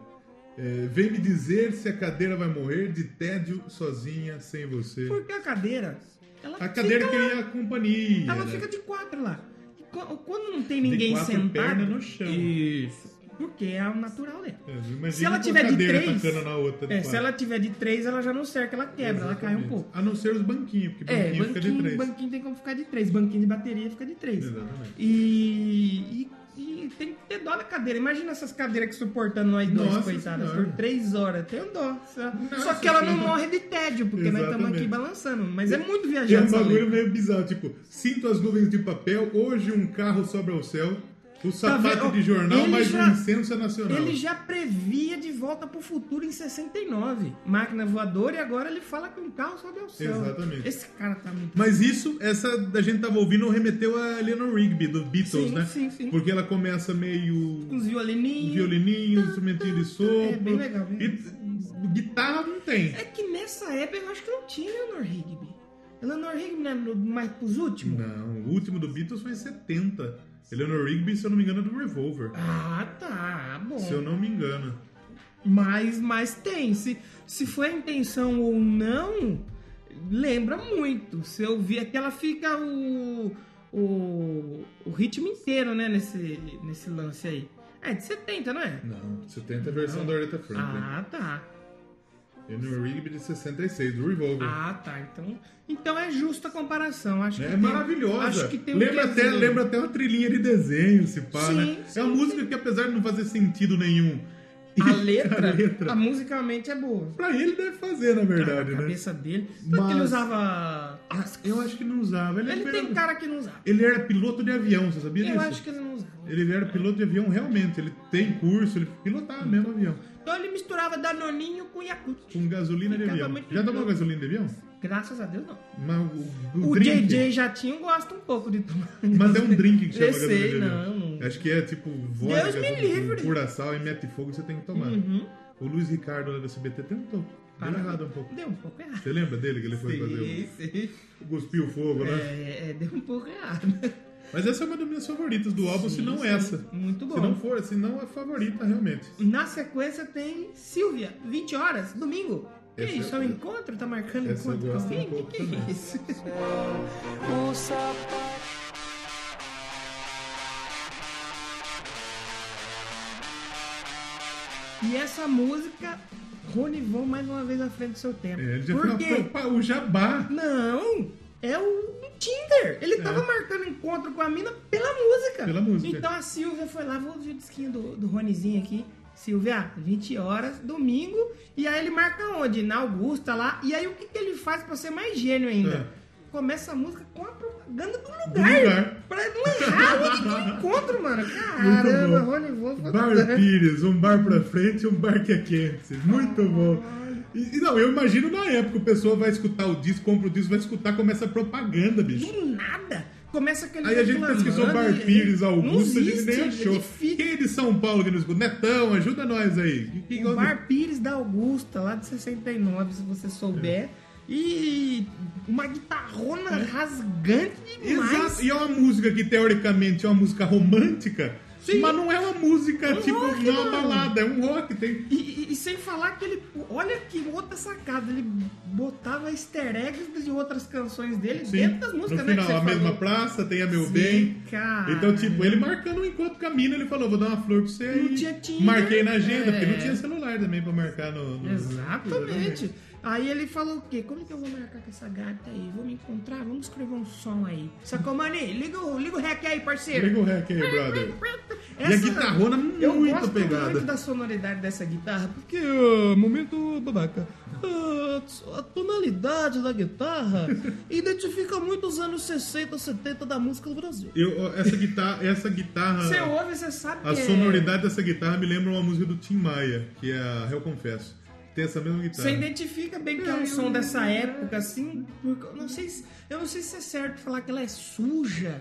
C: É, vem me dizer se a cadeira vai morrer de tédio sozinha sem você.
B: Porque a cadeira. Ela
C: A cadeira
B: fica lá,
C: queria a companhia.
B: Ela
C: né?
B: fica de quatro lá. E co- quando não tem
C: De
B: ninguém
C: quatro
B: sentado.
C: pernas no chão.
B: Isso. Porque é o natural dela.
C: É, imagina
B: Se ela
C: uma
B: tiver de
C: cadeira
B: três.
C: tacando na outra de
B: é, se
C: quatro.
B: ela tiver de três, ela já não cerca, ela quebra, ela cai um
C: Exatamente.
B: pouco.
C: A não ser os banquinhos, porque
B: É,
C: banquinho fica de
B: banquinho,
C: três.
B: banquinho tem como ficar de três. Banquinho de bateria fica de três.
C: Exatamente.
B: E, e- e tem que ter dó da cadeira. Imagina essas cadeiras que suportando nós dois,
C: Nossa
B: coitadas,
C: Senhora.
B: por três horas. Tem um dó. Só,
C: Nossa
B: só que ela não
C: Senhora.
B: morre de tédio, porque nós estamos
C: Exatamente.
B: aqui balançando. Mas é muito
C: E é
B: viajante.
C: um
B: essa
C: bagulho
B: letra.
C: meio bizarro, tipo, sinto as nuvens de papel, hoje um carro sobra ao céu, o sapato
B: Tá vendo?
C: de jornal,
B: Ele
C: mais
B: já-
C: um incenso é nacional.
B: Ele já previa de volta pro futuro em 69. Máquina voadora e agora ele fala que um carro sobe ao céu.
C: Exatamente.
B: Esse cara tá muito.
C: Mas isso, essa da gente tava ouvindo, remeteu a Eleanor Rigby, do Beatles,
B: Sim,
C: né?
B: sim, sim.
C: Porque ela começa meio...
B: Com os violininhos.
C: Um violininho, um instrumentinho de sopro.
B: É, bem legal, bem
C: E guitarra não tem.
B: É que nessa época eu acho que não tinha Eleanor Rigby. Eleanor Rigby não é no- mais pros últimos?
C: Não, o último do Beatles foi em 70. Eleanor Rigby, se eu não me engano, é do Revolver.
B: Ah, tá, bom.
C: Se eu não me engano.
B: Mas, mas tem. Se, se foi a intenção ou não, lembra muito. Se eu vi, é que ela fica o, o, o ritmo inteiro, né, nesse, nesse lance aí. É de 70, não é?
C: Não, 70 é a versão da Aretha Franklin.
B: Ah, tá.
C: Eleanor Rigby de 66, do Revolver.
B: Ah, tá. Então, então é justa a comparação. Acho que
C: É
B: tem- um-
C: maravilhosa.
B: Acho que tem um
C: lembra, até,
B: quesinho.
C: lembra até uma trilhinha de desenho, se pá,
B: Sim,
C: né?
B: sim,
C: é uma
B: sim.
C: música que, apesar de não fazer sentido nenhum, *laughs*
B: A letra,
C: a letra
B: a musicalmente é boa.
C: pra ele deve fazer, na verdade,
B: a
C: né?
B: Ah, cabeça dele. Tanto que ele
C: Mas-
B: usava.
C: Eu acho que não usava. Ele,
B: Ele
C: era,
B: tem cara que não usava.
C: ele era piloto de avião, você sabia
B: Eu
C: disso?
B: acho que ele não usava.
C: Ele era piloto de avião realmente, ele tem curso, ele pilotava mesmo avião.
B: Então ele misturava danoninho com Yakut.
C: Com gasolina de
B: Ficava
C: avião.
B: muito
C: Já tomou
B: louco.
C: gasolina de avião?
B: Graças a Deus, não.
C: Mas o,
B: O
C: o Um drink-
B: JJ já tinha gosta um pouco de tomar.
C: Mas é um drink que chama
B: Eu
C: gasolina
B: sei,
C: de avião.
B: não. não.
C: Acho que é tipo
B: Deus
C: vodka
B: me
C: com-
B: livre.
C: com curaçal e mete fogo você tem que tomar.
B: *laughs* Uhum.
C: O Luiz Ricardo lá do SBT tentou. Deu
B: Ah,
C: errado um pouco.
B: Deu um pouco errado.
C: Você lembra dele que ele foi fazer um-
B: Sim, sim.
C: o cuspiu fogo, né?
B: É, é, deu um pouco errado.
C: Mas essa é uma das minhas favoritas do álbum, se
B: Sim,
C: não
B: sim.
C: essa.
B: Muito bom.
C: Se não for, se não a favorita realmente.
B: Na sequência tem Silvia, 20 horas, domingo. Que
C: Essa
B: isso? É
C: eu-
B: um encontro? Tá marcando
C: Essa eu
B: encontro com
C: gosto um
B: alguém?
C: pouco
B: que que
C: também.
B: é isso?
D: O sapato
B: E essa música, Rony Von mais uma vez à frente do seu tempo.
C: É, ele já
B: Por
C: foi
B: quê?
C: uma- o Jabá.
B: Não, é o o Tinder. Ele tava marcando encontro com a mina pela música.
C: É. Pela música.
B: Então a Silvia foi lá, vou ouvir o disquinho do, do Ronizinho aqui. Silvia, 20 horas, domingo. E aí ele marca onde? Na Augusta lá. E aí o que, que ele faz pra ser mais gênio ainda? Começa a música com a propaganda do lugar.
C: É. lugar.
B: Pra não errar onde que tem encontro, mano. Caramba,
C: bom.
B: Rony, vou
C: Bar Pires, um bar pra frente e um bar que é quente. Muito bom. E, e não, eu imagino na época, o pessoal vai escutar o disco, compra o disco, vai escutar, começa a propaganda, bicho.
B: Do nada. Começa aquele
C: Aí a gente
B: reclamando
C: pesquisou Bar
B: e-
C: Pires,
B: Não
C: Augusto, a gente
B: existe,
C: nem
B: É
C: achou.
B: difícil.
C: Quem é de São Paulo que nos escuta? Netão, ajuda nós aí. Que- que-
B: O Bar Pires da Augusta, lá de 69, se você souber.
C: É.
B: E uma guitarrona rasgante demais.
C: Exato. E é uma música que, teoricamente, é uma música romântica,
B: Sim.
C: mas não é uma música,
B: Um
C: tipo,
B: rock,
C: não é uma
B: mano.
C: balada, é um rock. Tem...
B: E, e- e sem falar que ele. Olha que outra sacada. Ele botava easter eggs de outras canções dele
C: Sim.
B: dentro das músicas,
C: no
B: né?
C: final,
B: que você
C: a mesma
B: falou.
C: praça, tem a Meu
B: Sim,
C: Bem.
B: cara.
C: Então, tipo, ele marcando um encontro com a mina, ele falou, vou dar uma flor pra você aí.
B: Não tinha Tinder.
C: Marquei na agenda,
B: É.
C: porque não tinha celular também pra marcar no... no-
B: Exatamente. Aí ele falou o quê? Como que eu vou marcar com essa gata aí? Vou me encontrar? Vamos escrever um som aí. Sacou, Mani? Liga o, liga o rec aí, parceiro.
C: Liga o rec aí, brother.
B: *laughs* Essa,
C: E a guitarrona muito
B: eu gosto
C: pegada.
B: muito da sonoridade dessa guitarra, porque ah, momento babaca. Ah, a tonalidade da guitarra identifica muito os anos 60, 70 da música do Brasil.
C: Eu, ó, essa guitarra... Essa guitarra
B: Você ouve, você sabe
C: Ah, a
B: que é-
C: sonoridade dessa guitarra me lembra uma música do Tim Maia, que é a Eu Confesso. Tem essa mesma guitarra.
B: Você identifica bem que é um som dessa época, assim, porque eu não sei se, eu não sei se é certo falar que ela é suja,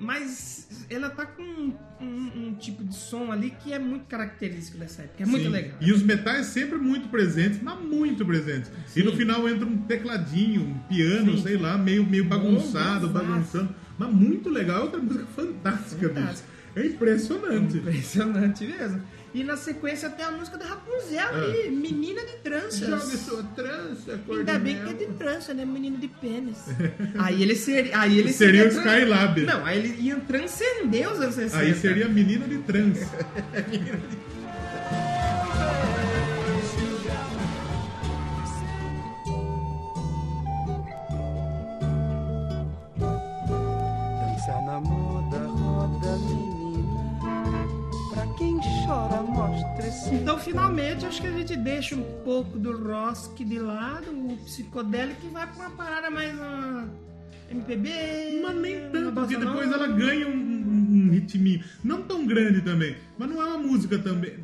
B: mas ela tá com um, um- um tipo de som ali que é muito característico dessa época, é muito
C: Sim.
B: legal.
C: E os metais sempre muito presentes, mas muito presentes. E no final entra um tecladinho, um piano, sei lá, meio, meio bagunçado,
B: Bom,
C: bagunçando. Mas muito legal. É outra música fantástica, bicho.
B: Fantástica.
C: É impressionante.
B: Impressionante mesmo. E E na sequência tem a música da Rapunzel
C: Ah.
B: ali, menina de tranças.
C: Jogue sua trança, cor
B: Ainda
C: de
B: bem
C: mel.
B: que é de trança, né? Menino de
C: *laughs*
B: pênis. aí ele seria. Aí ele
C: Seria o
B: tran-
C: Skylab.
B: Não, aí ele ia transcender os anos 60.
C: Aí seria menina de trança.
D: Dançar na moda, roda menina. Pra quem chora, mostra esse
B: Então, finalmente, acho que a gente deixa um pouco do rock de lado, o psicodélico, e vai pra uma parada mais ah, uma MPB.
C: Mas nem
B: uma
C: tanto, porque
B: bossa
C: depois
B: nova.
C: ela ganha um, um- um ritminho. Não tão grande também, mas não é uma música também.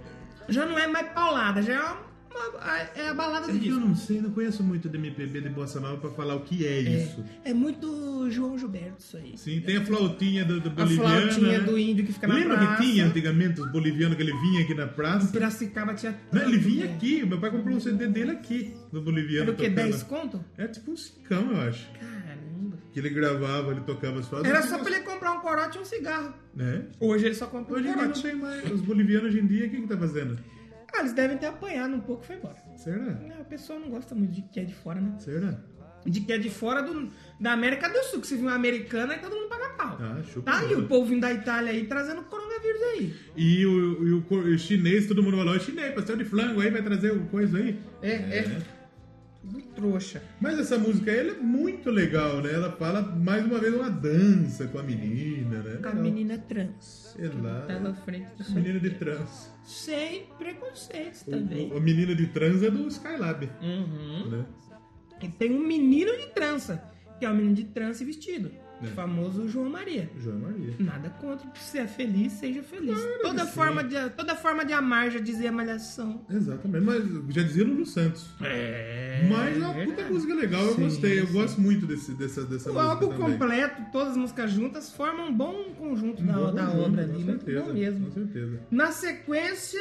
B: Já não é mais paulada, já é uma- uma- é a balada do
C: É que eu
B: disco.
C: não sei, não conheço muito de MPB de Bossa Nova pra falar o que é isso.
B: É muito João Gilberto isso aí.
C: Sim, tem a flautinha do, do
B: A
C: boliviano.
B: flautinha
C: né?
B: do índio que fica na
C: Lembra
B: praça.
C: que tinha antigamente os bolivianos que ele vinha aqui na
B: Em
C: praça?
B: Piracicaba tinha
C: Não, ele
B: tanto,
C: vinha
B: né?
C: aqui, meu pai comprou um CD dele aqui, do boliviano.
B: Era o quê?
C: tocando.
B: 10 conto?
C: É tipo um cincão, eu acho.
B: Caramba.
C: Que ele gravava, ele tocava as frases.
B: Era só pra ele comprar um corote e um cigarro.
C: Né?
B: Hoje ele só compra
C: Hoje
B: um
C: em dia não
B: corote.
C: tem mais. Os bolivianos hoje em dia, o que que tá fazendo?
B: Ah, eles devem ter apanhado um pouco e foi embora.
C: Será?
B: Não, o pessoal não gosta muito de que é de fora, né?
C: Será?
B: De que é de fora do, da América do Sul, que você viu uma americana e todo mundo paga pau.
C: Ah, chupa
B: tá aí
C: o
B: o povo vindo da Itália aí trazendo coronavírus aí.
C: E o, e o cor- o chinês, todo mundo falou, "Ó, chinês, pastel de flango aí, vai trazer alguma coisa aí.
B: É, é. Tudo trouxa.
C: Mas essa música aí, ela é muito legal, né? Ela fala, mais uma vez, uma dança com a menina, né?
B: A
C: Legal.
B: menina trans.
C: Sei lá.
B: Tá na frente do seu...
C: Menina de trans.
B: Sem preconceitos
C: O-
B: também.
C: o- a menina de trans é do Skylab,
B: Uhum.
C: né?
B: E tem um menino de trança, que é um menino de trança e vestido.
C: É.
B: O famoso João Maria.
C: João Maria.
B: Nada contra, se é feliz, seja feliz. toda,
C: que
B: forma de, toda forma de amar, já dizia a Malhação.
C: Exatamente, mas já dizia Lulu Santos.
B: É.
C: Mas é uma puta música legal, eu gostei. Eu gosto muito desse, dessa, dessa
B: O
C: música
B: álbum
C: também.
B: completo, todas as músicas juntas, formam um bom conjunto da,
C: Bom
B: da
C: conjunto,
B: obra
C: com
B: ali. Muito
C: certeza,
B: bom mesmo.
C: Com certeza.
B: Na sequência,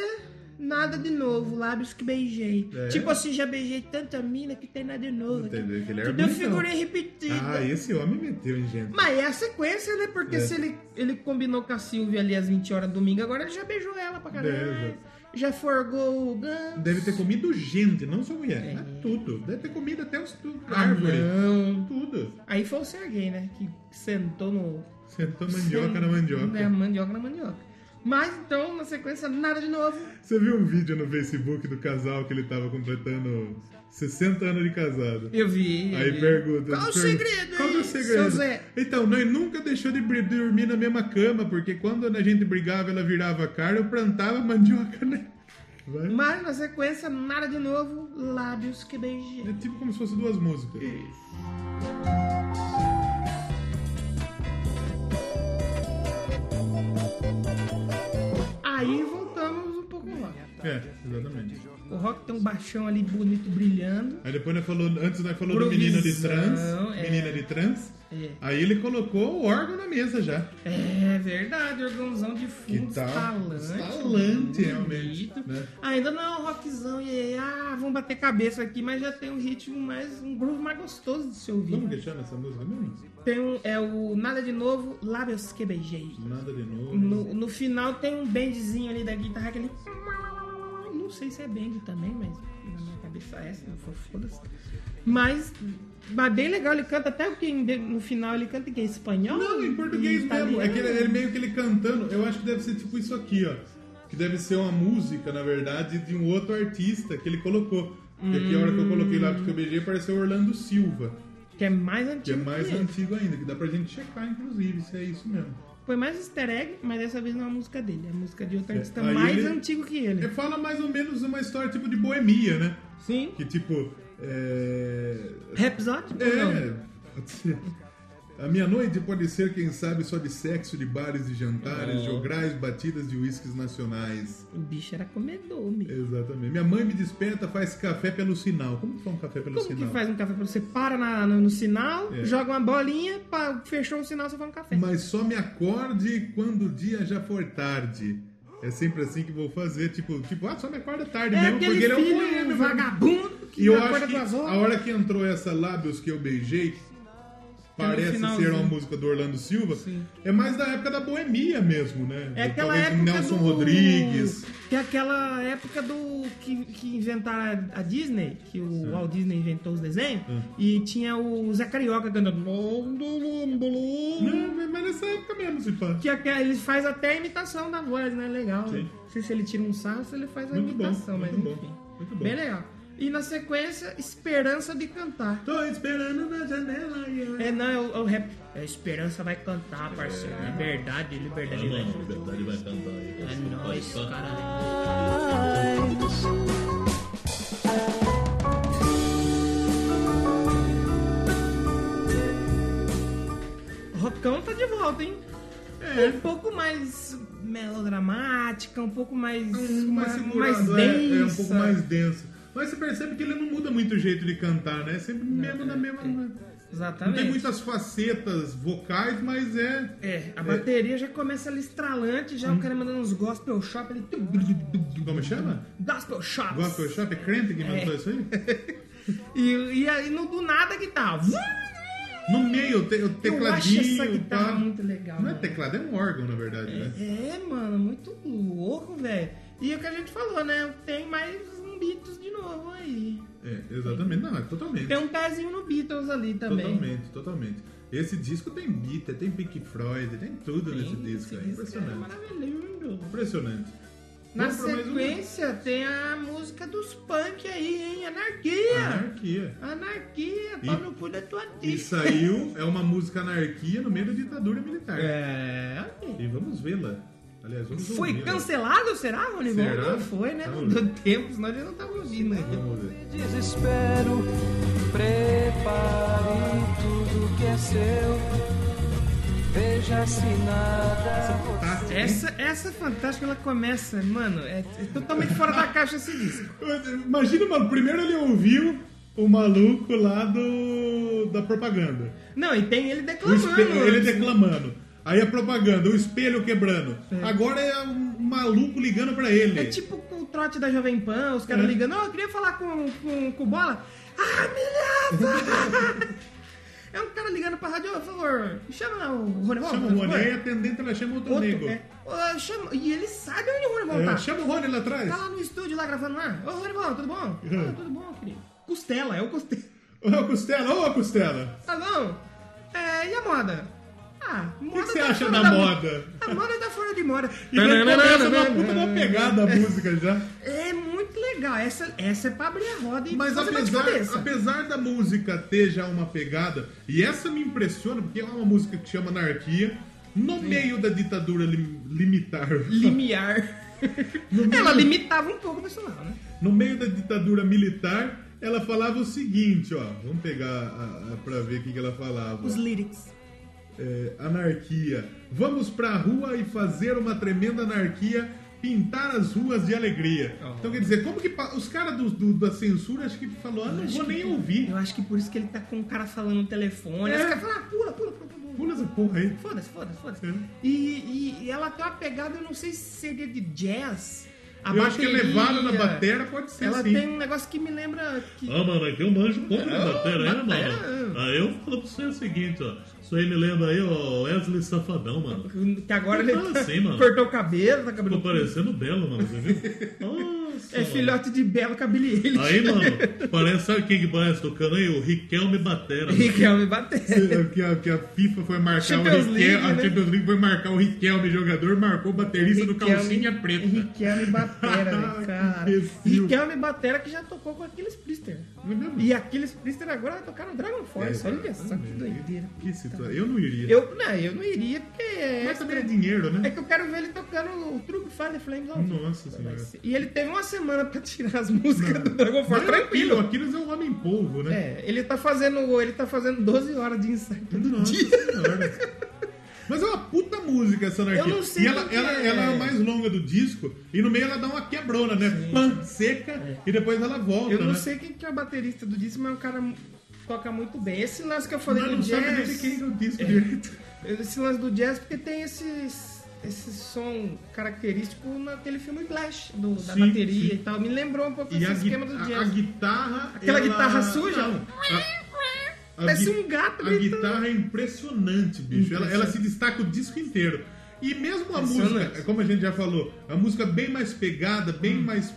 B: nada de novo, lábios que beijei.
C: É.
B: Tipo assim, já beijei tanta mina que tem nada de novo.
C: Entendeu? Que ele era
B: Tudo
C: bonitão.
B: figurinha repetida.
C: Ah, esse homem meteu, hein, gente?
B: Mas é a sequência, né? Porque se ele, ele combinou com a Silvia ali às 20 horas domingo, agora ele já beijou ela pra caralho.
C: Beija.
B: Já forgou o ganso.
C: Deve ter comido gente, não só mulher. mas tudo. Deve ter comido até os tu,
B: É. Ah,
C: árvore.
B: não.
C: Tudo.
B: Aí foi o Serguei, né? Que sentou no.
C: Sentou mandioca na
B: É,
C: mandioca.
B: mandioca na mandioca. Mas então, na sequência, nada de novo.
C: Você viu um vídeo no Facebook do casal que ele tava completando 60 anos de casado?
B: Eu vi. eu
C: Aí
B: vi.
C: pergunta.
B: Qual o
C: pergunta,
B: segredo?
C: Qual
B: aí,
C: que é o
B: Seu
C: segredo?
B: Zé.
C: Então, nós nunca deixou de br- dormir na mesma cama, porque quando a gente brigava, ela virava a cara, eu plantava *laughs* mandioca, né? Vai.
B: Mas na sequência, nada de novo. Lábios que beijei.
C: É tipo como se fosse duas músicas.
B: Aí voltamos um pouco lá.
C: É, exatamente.
B: O rock tem um baixão ali bonito brilhando.
C: Aí depois nós falou, antes nós falou do menino de
B: Provisão,
C: trans,
B: é.
C: menina de trans.
B: É.
C: Aí ele colocou o órgão na mesa já.
B: É verdade, orgãozão de fundo,
C: Que tal?
B: estalante.
C: Estalante,
B: bonito.
C: realmente, né?
B: Ainda não é um rockzão, e aí, ah, vamos bater cabeça aqui, mas já tem um ritmo mais, um groove mais gostoso de se
C: Como
B: ouvir.
C: que chama essa música mesmo?
B: Tem um, é o Nada de Novo, Lábios que Beijei.
C: Nada de novo.
B: No, no final tem um bendzinho ali da guitarra, aquele... Não sei se é bend também, mas na minha cabeça é essa, não foi foda-se. Mas, mas bem legal, ele canta até o que no final ele canta em que? Espanhol?
C: Não, em português
B: tá
C: mesmo. É que ele, ele meio que ele cantando. Eu acho que deve ser tipo isso aqui, ó. Que deve ser uma música, na verdade, de um outro artista que ele colocou. E aqui a hora que eu coloquei lá porque eu beijei pareceu Orlando Silva,
B: Que é mais antigo.
C: que é mais
B: ele.
C: antigo ainda, que dá pra gente checar, inclusive, se é isso mesmo.
B: Foi mais easter egg, mas dessa vez não é a música dele. É a música de outro artista
C: aí
B: mais
C: ele-
B: antigo que ele.
C: É, fala mais ou menos uma história tipo de boemia, né?
B: Sim.
C: Que tipo. É.
B: Rhapsody? ou não?
C: É. pode ser. A minha noite pode ser, quem sabe, só de sexo, de bares, de jantares,
B: Oh.
C: jograis, batidas de uísques nacionais.
B: O bicho era comedor, meu.
C: Exatamente. Minha mãe me desperta, faz café pelo sinal. Como que faz um café pelo
B: Como
C: sinal?
B: que faz um café pra você? Para na- no, no sinal,
C: É.
B: joga uma bolinha, pá, fechou o sinal, você faz um café.
C: Mas só me acorde quando o dia já for tarde. É sempre assim que vou fazer, tipo, tipo, ah, só me acorda tarde
B: é
C: mesmo,
B: aquele
C: porque ele é um
B: filho
C: boêmio, né?
B: vagabundo que
C: E eu
B: acorda
C: acho que
B: duas
C: a
B: horas.
C: hora que entrou essa lábios que eu beijei, parece ser
B: finalzinho.
C: uma música do Orlando Silva,
B: um Sim.
C: é mais da época da boemia mesmo, né?
B: É
C: Do-
B: aquela
C: Talvez
B: época
C: do Nelson
B: do-
C: Rodrigues.
B: Que é aquela época do que, que inventaram a Disney, que o Walt Disney inventou os desenhos, e tinha o Zé Carioca cantando.
C: Não, Né? mas- mas nessa época mesmo, se pá.
B: Que aque- ele faz até a imitação da voz, né? Legal.
C: Sim.
B: Não sei se ele tira um sarro, se ele faz a
C: Muito bom,
B: imitação, mas
C: muito
B: enfim.
C: bom, muito bom.
B: Bem legal. E na sequência, Esperança de Cantar.
C: Tô esperando na janela e eu-
B: É, não, é o, é o rap. É, Esperança vai cantar, parceiro. Liberdade, liberdade. vai
E: Mano, Liberdade vai cantar aí.
B: É
E: Assim,
B: nóis,
E: pode cantar.
B: caralho. Rocão tá de volta, hein? Um pouco mais melodramática, um pouco mais.
C: mais segurado, é,
B: densa.
C: é um pouco mais denso. Mas você percebe que ele não muda muito o jeito de cantar, né? É Sempre mesmo na mesma. Não
B: Exatamente.
C: tem muitas facetas vocais, mas é.
B: É, a bateria já começa ali estralante, já o cara mandando uns gospel shop ali.
C: Como chama?
B: Gospel shops.
C: Gospel Shop? É crente que mandou isso aí? *laughs*
B: E, e aí no, do nada que tá. Vum!
C: No meio, te, o
B: Eu
C: tecladinho.
B: acho essa guitarra
C: pá.
B: muito legal. né?
C: Não é
B: mano.
C: teclado, é um órgão, na verdade, né?
B: É, mano, muito louco, velho. E é o que a gente falou, né? Tem mais um Beatles de novo aí.
C: É, exatamente. Não, é totalmente.
B: Tem um pezinho no Beatles ali também.
C: Totalmente, totalmente. Esse disco tem Bita, tem Pink Freud, tem tudo nesse disco. É
B: É
C: impressionante.
B: maravilhoso.
C: Impressionante.
B: Na
C: Vamos pra mais um? uma.
B: sequência tem a música dos punk aí, hein? Anarquia!
C: Anarquia.
B: Anarquia,
C: E-
B: pau no cu da tua
C: E
B: tia.
C: saiu, é uma música anarquia no meio da ditadura militar.
B: É, olha aí.
C: E vamos vê-la. Aliás, vamos
B: Foi
C: ouvi-la.
B: cancelado, será, Rony?
C: Será?
B: Não foi, né? Não
C: Vamos ver.
B: deu tempo, senão ele não tava ouvindo ainda.
C: Vamos ver.
D: Desespero, prepare tudo que é seu. Veja se nada.
C: Fantástico.
B: Essa, essa fantástica, ela começa, mano, é, é totalmente fora da caixa esse disco.
C: Imagina, mano, primeiro ele ouviu o maluco lá do. da propaganda.
B: Não, e tem ele
C: O
B: declamando.
C: espelho, ele
B: antes,
C: declamando. Aí a propaganda, o espelho quebrando. Agora é um maluco ligando pra ele.
B: É tipo com o trote da Jovem Pan, os caras
C: É.
B: ligando, ó, eu queria falar com, com, com o Bola. Ah, me leva!
C: *laughs*
B: é um cara ligando pra rádio, "Ô, por favor, chama o Rony
C: Chama o Rony, aí a atendente ela chama outro, nego.
B: Outro, é. Ô, chama, e ele sabe onde o Rony
C: É,
B: tá.
C: Chama o Rony lá atrás.
B: Tá lá no estúdio, lá gravando lá. Ô, Rony tudo bom?
C: *laughs* É.
B: Ah, tudo bom, querido. Costela, é o Costela.
C: Ô Costela, ô Costela.
B: Tá bom? É, e a moda? Ah, moda
C: que você
B: tá
C: acha
B: fora
C: da
B: mo-
C: moda?
B: A moda tá fora de moda.
C: E daí começa uma puta da pegada a música já.
B: É muito legal. Essa, essa é pra abrir a roda e
C: Mas
B: fazer
C: apesar,
B: bate-cabeça.
C: apesar da música ter já uma pegada, e essa me impressiona, porque é uma música que chama Anarquia, no meio da ditadura lim- limitar.
B: Limiar.
C: No
B: *laughs* Ela
C: meio-
B: limitava um pouco o personal, né?
C: *laughs* No meio da ditadura militar, ela falava o seguinte, ó. Vamos pegar a, a, pra ver o que, que ela falava.
B: Os lyrics.
C: É, anarquia. Vamos pra rua e fazer uma tremenda anarquia, pintar as ruas de alegria. Então quer dizer, como que pa- os caras do, do- da censura acho que falou, ah, não vou nem ouvir.
B: Eu acho que por isso que ele tá com o cara falando no telefone.
C: É.
B: Esse cara fala, ah, pula, pula, pula, pula.
C: Pula essa porra aí.
B: Foda-se, foda-se, foda-se.
C: É.
B: E, e- e ela tem uma pegada, eu não sei se seria de jazz. A
C: Eu acho que
B: bateria.
C: elevado na batera pode ser
B: Ela
C: assim.
B: tem um negócio que me lembra que
E: Ah, mano, aqui eu manjo um pouco de
B: Ah,
E: bateria, hein,
B: batera.
E: mano? Aí eu falo pra você o seguinte, ó. Isso aí me lembra aí, ó, Wesley Safadão, mano.
B: Que agora
E: Não
B: *laughs* ele
E: fala assim, mano.
B: cortou o cabelo, tá
E: Ficou
B: cabelo.
E: parecendo belo, mano, você viu? Nossa,
B: É
E: mano.
B: filhote de belo cabeleiro. *laughs*
E: Aí, mano, parece, sabe quem que parece tocando aí? O Riquelme Batera. mano. É
B: Riquelme bateu.
C: que, a, que a FIFA foi marcar
B: Champions
C: o
B: League,
C: Riquelme,
B: né?
C: a Champions League foi marcar o Riquelme jogador, marcou o baterista do
B: Riquelme-
C: calcinha preta.
B: Riquelme
C: *laughs*
B: Batera, velho, né,
C: Que
B: cara.
C: imbecil.
B: Riquelme Batera é que já tocou com aqueles Priester.
C: Não é mesmo?
B: E aqueles Priester agora tocaram Dragon Force.
C: É,
B: olha só que
C: exatamente.
B: doideira.
C: Que situação. Eu não iria.
B: Eu não, eu não iria porque é
C: Mas também é
B: extra.
C: dinheiro,
B: É
C: né?
B: que eu quero ver ele tocando o Truco Fire Flames ao vivo.
C: Nossa
B: Vai
C: senhora.
B: ser- E ele teve uma semana pra tirar as músicas do Dragon
C: Mas
B: Force, tranquilo.
C: O Aquiles é um homem polvo, né?
B: É, ele tá fazendo, ele tá fazendo 12 horas de ensaio todo *laughs*
C: Nossa
B: dia.
C: senhora. Mas é uma puta música essa anarquia.
B: Eu não sei
C: e ela,
B: qual que
C: ela,
B: é.
C: ela é a mais longa do disco, e no meio ela dá uma quebrona, né? Pã, seca, e depois ela volta,
B: É. Eu não
C: né?
B: sei quem que é o baterista do disco, mas é um cara que toca muito bem. Esse lance que eu
C: Mas
B: falei
C: não
B: do
C: sabe nem de
B: jazz,
C: quem é o disco direito.
B: esse lance do jazz porque tem esses esse som característico naquele filme Flash do, da
C: Sim,
B: bateria
C: sim.
B: e tal. Me lembrou um pouco
C: E
B: esse
C: a, gui-
B: esquema do
C: a-
B: jazz.
C: a guitarra.
B: Aquela
C: ela-
B: guitarra suja?
C: Não, a- A
B: Parece
C: gui-
B: um gato
C: A
B: gritando.
C: guitarra é impressionante, bicho. Ela, ela se destaca o disco inteiro. E mesmo a música, é como a gente já falou, a música bem mais pegada,
B: Hum.
C: bem mais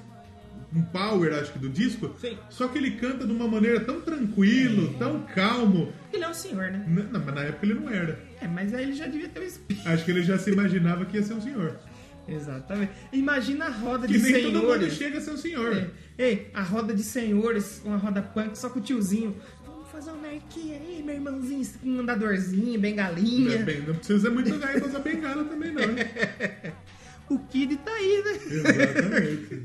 C: um power, acho que, do disco.
F: Sim.
C: Só que ele canta de uma maneira tão tranquilo, tão calmo.
B: Ele é um senhor, né?
C: Na, na- mas na época ele não era.
B: É, mas aí ele já devia ter um espírito.
C: Acho que ele já se imaginava que ia ser um senhor.
B: Exatamente. Imagina a roda
C: Que
B: de
C: nem todo mundo
B: senhores.
C: chega a ser um senhor.
B: É. Ei, a roda de senhores, uma roda punk, só com o tiozinho. Vamos fazer uma anarquia aí, meu irmãozinho, com um andadorzinho, bengalinha.
C: É, bem, não precisa muito ganhar pra usar bengala também,
B: *laughs*
C: não. hein?
B: O Kid tá aí, né?
C: Exatamente.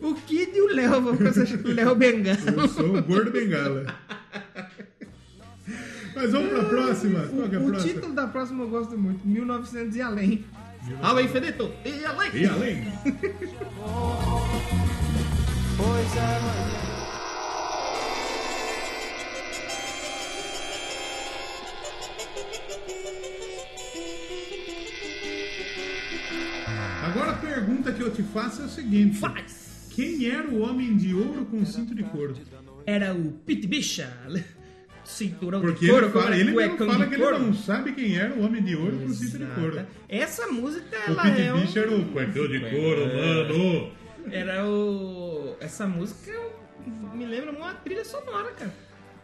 B: O Kid e o Léo, vamos fazer o Léo Bengala.
C: Eu sou o gordo bengala. Mas vamos pra próxima. Qual que é a
B: O, o
C: próxima?
B: título da próxima eu gosto muito, 1900 e além. Além, Fedeto, e além.
C: E além?
D: Pois
B: é,
D: amanhã.
C: Agora a pergunta que eu te faço é o seguinte:
B: Faz.
C: Quem era o homem de ouro com cinto de couro?
B: Era o Pit Bicha. né? Cinturão
C: Porque
B: de couro, é
C: ele fala, ele mesmo
B: cuecão
C: fala
B: de
C: que ele
B: couro.
C: não sabe quem era o homem de ouro com cinto de
B: Exata.
C: couro.
B: Essa música,
C: O
B: ela
C: Pete
B: é um...
C: Bicho era o cuecão de couro, mano.
B: Era o. Essa música me lembra uma trilha sonora, cara.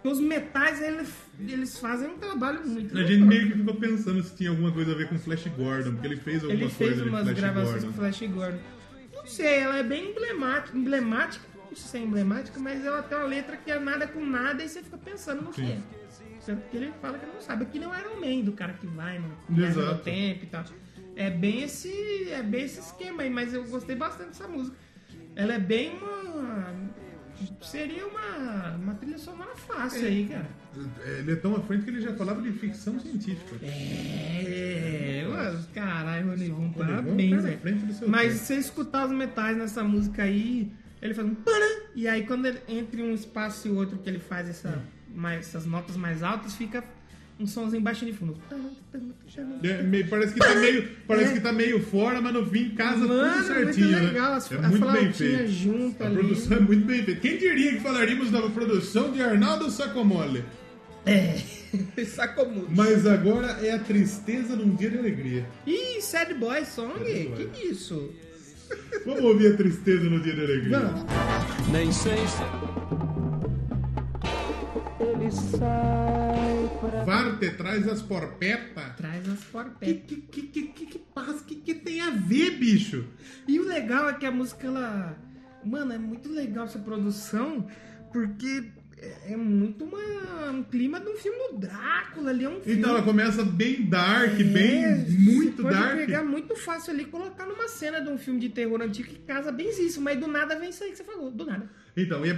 B: Porque os metais ele- eles fazem um trabalho muito.
C: A gente
B: legal.
C: meio que ficou pensando se tinha alguma coisa a ver com Flash Gordon, porque ele fez alguma
B: Ele fez
C: coisa de
B: umas
C: Flash
B: gravações
C: Gordon.
B: com Flash Gordon. Não sei, ela é bem emblemática. Emblemática, não sei se é emblemática, mas ela tem uma letra que é nada com nada e você fica pensando no que
C: Sim.
B: é. Tanto que ele fala que não sabe. Aqui não era o man do cara que vai no,
C: Exato.
B: no tempo e tal. É bem esse. É bem esse esquema aí, mas eu gostei bastante dessa música. Ela é bem uma. Seria uma, uma trilha sonora
C: É.
B: fácil aí, cara.
C: Ele é tão à frente que ele já falava de ficção científica.
B: É, mano, caralho, Ronivon,
C: tá
B: parabéns,
C: na
B: velho.
C: frente do seu
B: Mas
C: tempo.
B: se você escutar os metais nessa música aí, ele faz um para e aí quando ele, entre um espaço e outro que ele faz
C: É.
B: essa, mais- essas notas mais altas, fica um somzinho baixinho de fundo.
C: É, meio- parece que tá meio, parece que tá meio fora, mas no fim casa
B: É. Mano, é
C: tudo certinho,
B: muito
C: né?
B: legal, as-
C: é
B: a
C: muito bem
B: flautinha
C: feito.
B: junta
C: a
B: ali. *laughs*
C: produção é muito bem feita. Quem diria que falaríamos da produção de Arnaldo Sacomole?
B: É, sacomudo.
C: Mas agora é a tristeza num dia de alegria.
B: Ih, Sad Boy Song?
C: Sad Boy.
B: Que que isso?
C: Vamos ouvir a tristeza no dia de alegria.
D: Nem sei se. Ele sai pra.
C: Varte traz as porpeta.
B: Traz as
C: Que,
B: porpetas.
C: que, que, que, que, que passa? Que, que tem a ver, bicho?
B: E o legal é que a música, ela. Mano, é muito legal essa produção, porque é- é muito uma- um clima de um filme do Drácula ali. É um filme.
C: Então ela começa bem dark,
B: É,
C: bem
B: você
C: muito
B: pode
C: dark.
B: pegar muito fácil ali e colocar numa cena de um filme de terror antigo que casa bem isso, mas do nada vem isso aí que você falou, do nada.
C: Então, e é-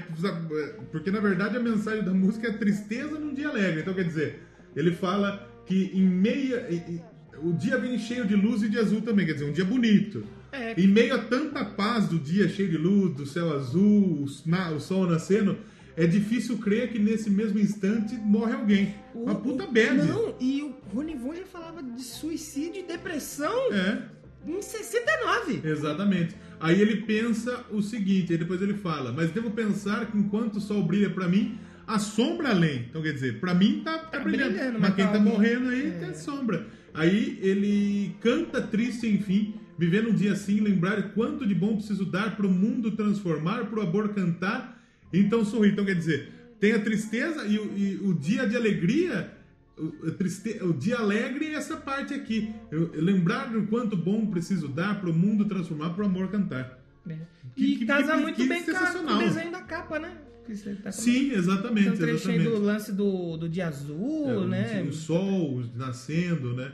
C: porque na verdade a mensagem da música é tristeza num dia alegre. Então quer dizer, ele fala que em meia. e- e- o dia vem cheio de luz e de azul também, quer dizer, um dia bonito.
B: É.
C: Em meio a tanta paz do dia cheio de luz, do céu azul, o, s- na- o sol nascendo, é difícil crer que nesse mesmo instante morre alguém.
B: O-
C: Uma puta
B: o-
C: bad.
B: Não, e o Ronivon já falava de suicídio e depressão
C: É.
B: em 69.
C: Exatamente. Aí ele pensa o seguinte, aí depois ele fala, mas devo pensar que enquanto o sol brilha pra mim, a sombra além. Então quer dizer, pra mim tá, tá brilhando,
B: brilhando,
C: mas
B: mas
C: quem
B: tá
C: tá
B: alguém-
C: morrendo aí tem sombra. Aí ele canta triste, enfim, vivendo um dia assim, lembrar quanto de bom preciso dar pro mundo transformar, pro amor cantar, então sorrir. Então quer dizer, tem a tristeza e o, e o dia de alegria o, a triste- o dia alegre é essa parte aqui. Eu- eu lembrar do quanto bom preciso dar pro mundo transformar, pro amor cantar.
B: né?
C: É. Que-
B: e
C: que-
B: casa
C: que-
B: muito
C: que
B: bem com a- com
C: sensacional.
B: o desenho da capa, né? Que você tá
C: Sim,
B: Tem
C: exatamente.
B: um trecho aí
C: exatamente.
B: do lance do, do dia azul,
C: É, o-
B: né?
C: O sol nascendo, né?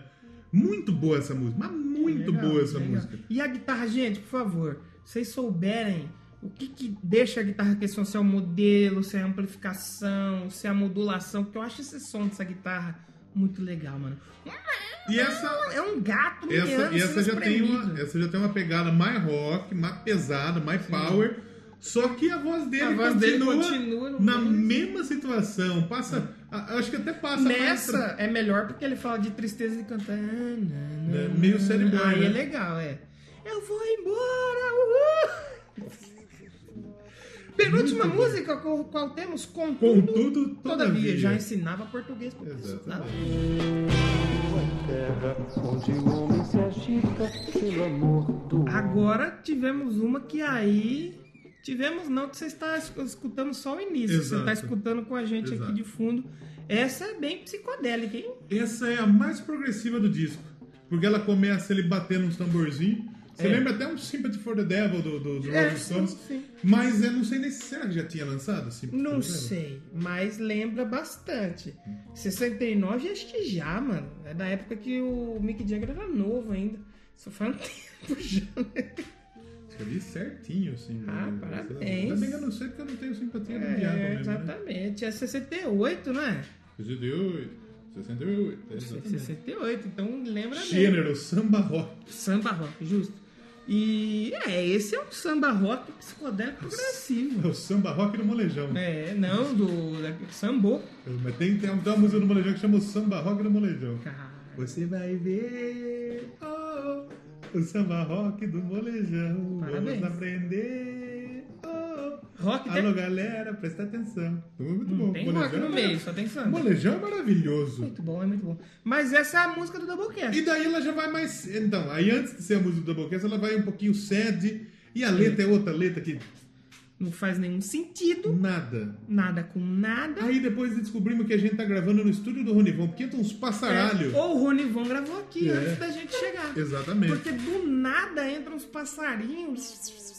C: Muito boa essa música, mas muito
B: Legal,
C: boa essa
B: legal.
C: música.
B: E a guitarra, gente, por favor, vocês souberem o que, que deixa a guitarra que som, se é o modelo, se é a amplificação, se é a modulação, porque eu acho esse som dessa guitarra muito legal, mano.
C: E essa,
B: É um gato
C: essa,
B: miando
C: e
B: sendo
C: essa já tem uma,
B: espremido.
C: essa já tem uma pegada mais rock, mais pesada, mais power. Só que a voz dele,
B: A voz dele
C: continua,
B: continua no
C: na
B: mesmo.
C: mesma situação. Passa, a- acho que até passa mais
B: Nessa é melhor porque ele fala de tristeza e canta. "Ah,
C: É, meio Sad Boy,
B: Aí
C: né?
B: é legal, é. Eu vou embora! Uhul! Penúltima
C: Muito bom.
B: música com a qual temos Contudo,
C: Contudo,
B: todavia.
C: todavia.
B: Já ensinava português pra pessoa.
C: Exatamente.
D: terra onde o homem se agita pelo amor do
B: Agora tivemos uma que aí. Tivemos não, que você está es- escutando só o início. Você tá
C: Exato.
B: está escutando com a gente
C: Exato.
B: aqui de fundo. Essa é bem psicodélica, hein?
C: Essa é a mais progressiva do disco. Porque ela começa ele batendo uns tamborzinhos. Você lembra até um Sympathy for the Devil do, do, do
B: É,
C: Rolling Stones?
B: sim, sim.
C: Mas eu não sei nem se será que já tinha lançado Sympathy
B: Não
C: for the Devil?
B: sei, mas lembra bastante. 69 acho que já, mano. É da época que o Mick Jagger era novo ainda. Isso faz um *laughs* tempo já. né?
C: Escrevi certinho, assim.
B: Ah,
C: né?
B: parabéns.
C: Ainda bem que eu não sei porque eu não tenho simpatia do diabo
B: É,
C: mesmo. Né?
B: exatamente. É 68, não é?
C: 68, 68, é, exatamente.
B: 68, então lembra mesmo.
C: Gênero, samba rock.
B: Samba rock, justo. E é, esse é um samba rock psicodélico progressivo.
C: *laughs* É o samba rock do molejão.
B: É, não, do da- Sambo.
C: Mas tem, tem, uma- tem uma música do molejão que chama o samba rock do molejão.
B: Cara,
C: Você vai ver oh, oh, o samba rock do molejão.
B: Parabéns.
C: Vamos aprender. Oh, oh.
B: Rock tem,
C: Alô, galera, presta atenção. Muito bom.
B: Hum, tem rock no
C: é
B: meio, só tem
C: mara-
B: samba.
C: Molejão é maravilhoso.
B: Muito bom, é muito bom. Mas essa é a música do Doublecast.
C: E daí ela já vai mais. Então, aí antes de ser a música do Doublecast, ela vai um pouquinho sad. E a letra é outra letra que
B: Não faz nenhum sentido,
C: nada.
B: nada com nada.
C: Aí depois descobrimos que a gente tá gravando no estúdio do Ronivon, porque tem uns passaralho.
B: É, ou o Rony Von gravou aqui
C: É.
B: antes da gente chegar.
C: Exatamente.
B: Porque do nada entram uns passarinhos.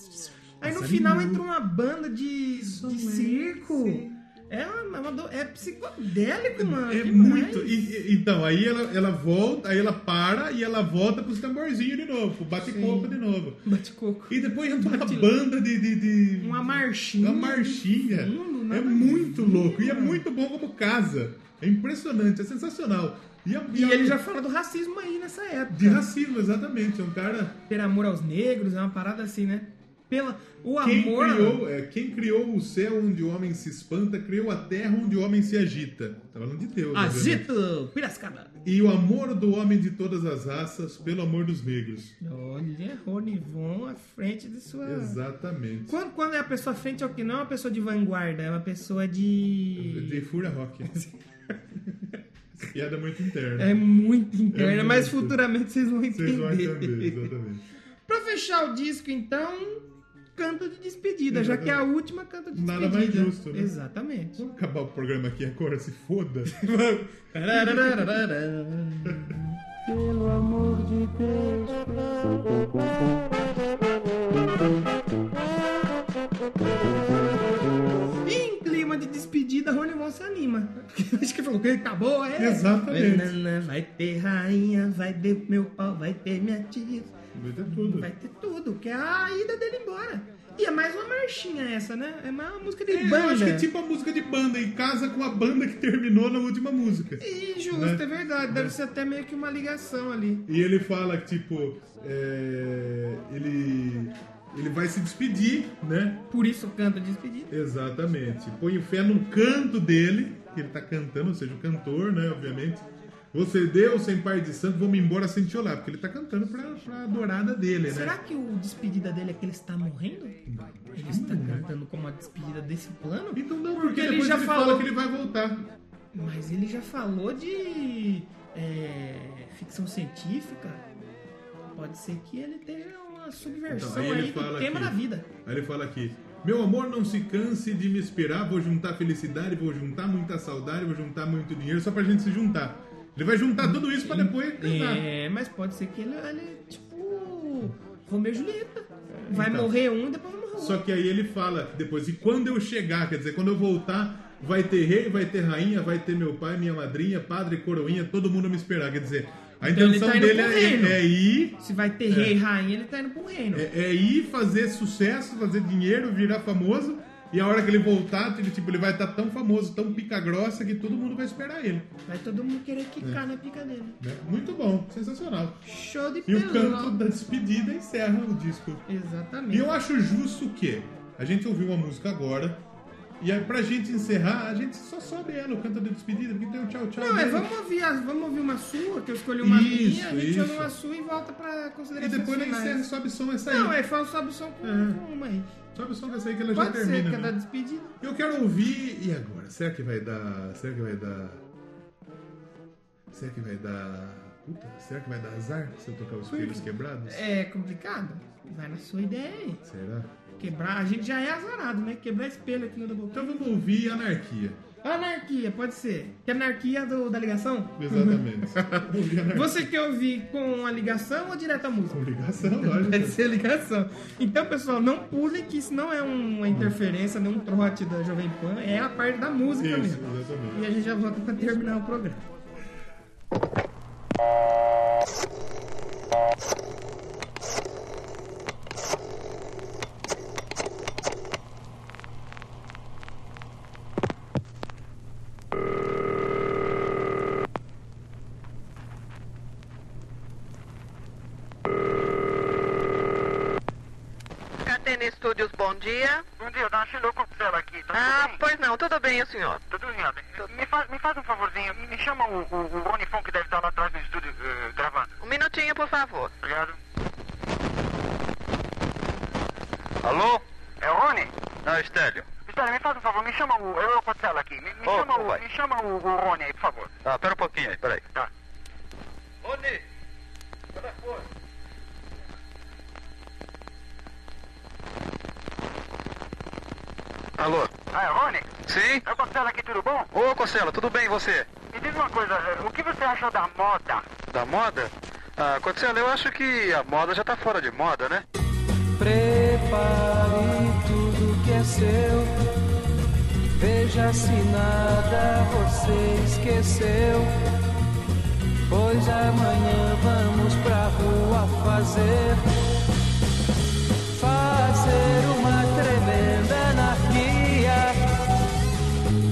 B: Aí no
C: Passarinho.
B: final entra uma banda de, de
C: é
B: circo.
C: esse.
B: É, uma, é, uma do- é psicodélico, mano.
C: É
B: demais.
C: muito. e- e- então, aí ela, ela volta, aí ela para e ela volta pros tamborzinhos de novo, pro bate-copa de novo.
B: Bate-coco.
C: E depois entra uma
B: Bate-
C: banda de. de, de-
B: Uma marchinha.
C: uma marchinha.
B: Fundo, nada
C: é
B: a
C: muito
B: ver,
C: louco. E é
B: mano.
C: muito bom como casa. É impressionante, é sensacional. E, a-
B: E
C: a-
B: ele já fala do racismo aí nessa época.
C: De racismo, exatamente. É um cara.
B: Ter amor aos negros, é uma parada assim, né? Pela, o
C: Quem
B: amor. né?
C: criou, é, quem criou o céu onde o homem se espanta, criou a terra onde o homem se agita. Tá falando de Deus. obviamente.
B: Agito! Piracicaba!
C: E o amor do homem de todas as raças pelo amor dos negros.
B: Olha, Ronivon à frente de sua.
C: Exatamente.
B: Quando, quando é a pessoa à frente é o que? Não é uma pessoa de vanguarda, é uma pessoa de.
C: É De Fúria
B: *laughs*
C: Rock. Piada muito interna.
B: É muito interna,
C: É
B: mas
C: muito.
B: futuramente vocês vão entender.
C: Vocês vão entender, exatamente.
B: pra fechar o disco, então, canto de despedida, já que é a última canto de despedida.
C: Nada mais justo, né?
B: Exatamente.
C: Vamos acabar o programa aqui agora, se
B: *laughs*
C: foda.
D: pelo amor de Deus.
B: E em clima de despedida, Rony Von se anima. *laughs* Acho que falou que acabou, é?
C: Exatamente.
B: Banana, vai ter rainha, vai ter meu pau, vai ter minha tia.
C: Vai ter tudo.
B: Vai ter tudo, que é a ida dele embora. E é mais uma marchinha essa, né? É mais uma música de
C: É,
B: banda.
C: Eu acho que é tipo a música de banda e casa com a banda que terminou na última música.
B: E justo,
C: né?
B: é verdade. Deve ser até meio que uma ligação ali.
C: E ele fala que, tipo, é, ele, ele vai se despedir, né?
B: Por isso canta despedida.
C: Exatamente. Põe o fé no canto dele, que ele tá cantando, ou seja, o cantor, né? Obviamente. Você deu sem pai de santo, vamos embora sem te olhar. Porque ele tá cantando pra, pra adorada dele, né?
B: Será que o despedida dele é que ele está morrendo? Ele está cantando como a despedida desse plano?
C: Então não, porque,
B: ele
C: depois
B: já
C: ele
B: falou.
C: fala que ele vai voltar.
B: Mas ele já falou de é, ficção científica. Pode ser que ele tenha uma subversão
C: Então, aí ele
B: aí do
C: fala
B: tema
C: que-
B: da vida.
C: Aí ele fala aqui: Meu amor, não se canse de me esperar. Vou juntar felicidade, vou juntar muita saudade, vou juntar muito dinheiro só pra gente se juntar. Ele vai juntar tudo isso pra depois casar.
B: É, mas pode ser que ele, ele tipo, Romeu e Julieta. Vai
C: Então.
B: morrer um e depois vai morrer outro.
C: Só que aí ele fala depois: E quando eu chegar, quer dizer, quando eu voltar. Vai ter rei, vai ter rainha, vai ter meu pai, minha madrinha, padre, coroinha, todo mundo a me esperar. Quer dizer, a
B: Então ele
C: intenção
B: tá indo
C: dele
B: pro
C: é,
B: reino.
C: é ir
B: Se vai ter rei e rainha, ele tá indo pro reino.
C: É, é ir fazer sucesso, fazer dinheiro, virar famoso. E a hora que ele voltar, ele, tipo, ele vai estar tão famoso, tão pica grossa, que todo mundo vai esperar ele.
B: Vai todo mundo
C: É.
B: querer quicar na pica dele.
C: né? Muito bom, sensacional.
B: Show de
C: E o canto
B: pelão.
C: da despedida encerra o disco.
B: Exatamente.
C: E eu acho justo que a gente ouviu uma música agora E aí, pra gente encerrar, a gente só sobe ela, o canto de despedida, porque tem o tchau, tchau.
B: Não, é
C: dele.
B: vamos ouvir, as- vamos ouvir uma sua, que eu escolhi uma
C: Isso,
B: minha, a gente
C: isso.
B: ouve uma sua e volta pra
C: E
B: consideração.
C: depois ele encerra, sobe som essa aí.
B: Não, é fala sobe o som com,
C: É.
B: com uma aí.
C: Sobe o som dessa aí que ela já
B: Pode ser,
C: termina.
B: que é da
C: né?
B: despedida.
C: Eu quero ouvir. E agora? Será que vai dar. Será que vai dar. Será que vai dar. Puta, será que vai dar azar se eu tocar os filhos quebrados?
B: É complicado? Vai na sua ideia aí.
C: Será?
B: Quebrar, a gente já é azarado, né? Quebrar espelho aqui no Double
C: Então vamos ouvir anarquia.
B: Anarquia, pode ser. Que é anarquia do, da ligação? *laughs*
C: Exatamente. Vamos ouvir anarquia.
B: Você quer ouvir com a ligação ou direto à música? *laughs*
C: Obrigação, lógico.
B: Pode ser ligação. Então, pessoal, não pulem que isso não é uma interferência, nem um trote da Jovem Pan, é a parte da música
C: Isso,
B: mesmo.
C: exatamente.
B: E a gente já volta pra terminar o programa.
F: Catena Estúdios, bom dia.
G: Bom Um dia, dá uma Xeloco dela aqui. Tá
F: Ah,
G: tudo bem?
F: pois não, tudo bem, e o senhor?
G: Tudo em ordem. Me faz, me faz um favorzinho, me chama o, o, o Rony Fon que deve estar lá atrás no estúdio eh, gravando.
F: Um minutinho, por favor.
G: Obrigado.
H: Alô?
G: É o Rony?
H: Não, Estélio.
G: Espera, me faz um favor, me chama o. Eu vou dela aqui. Me, me
H: Oh,
G: chama, o,
H: vai.
G: me chama o, o Rony aí, por favor.
H: Ah, pera um pouquinho aí, peraí.
G: Tá.
H: Rony! Telefone! Alô?
G: Ah, é o Rony?
H: Sim?
G: É o Cotzela aqui, tudo bom?
H: Ô, Cocela, tudo bem e você?
G: Me diz uma coisa, eh, o que você acha da moda?
H: Da moda? Ah, Cocela, eu acho que a moda já tá fora de moda, né?
D: Prepare tudo que é seu. Veja se nada você esqueceu. Pois amanhã vamos pra rua fazer. Fazer uma tremenda anarquia.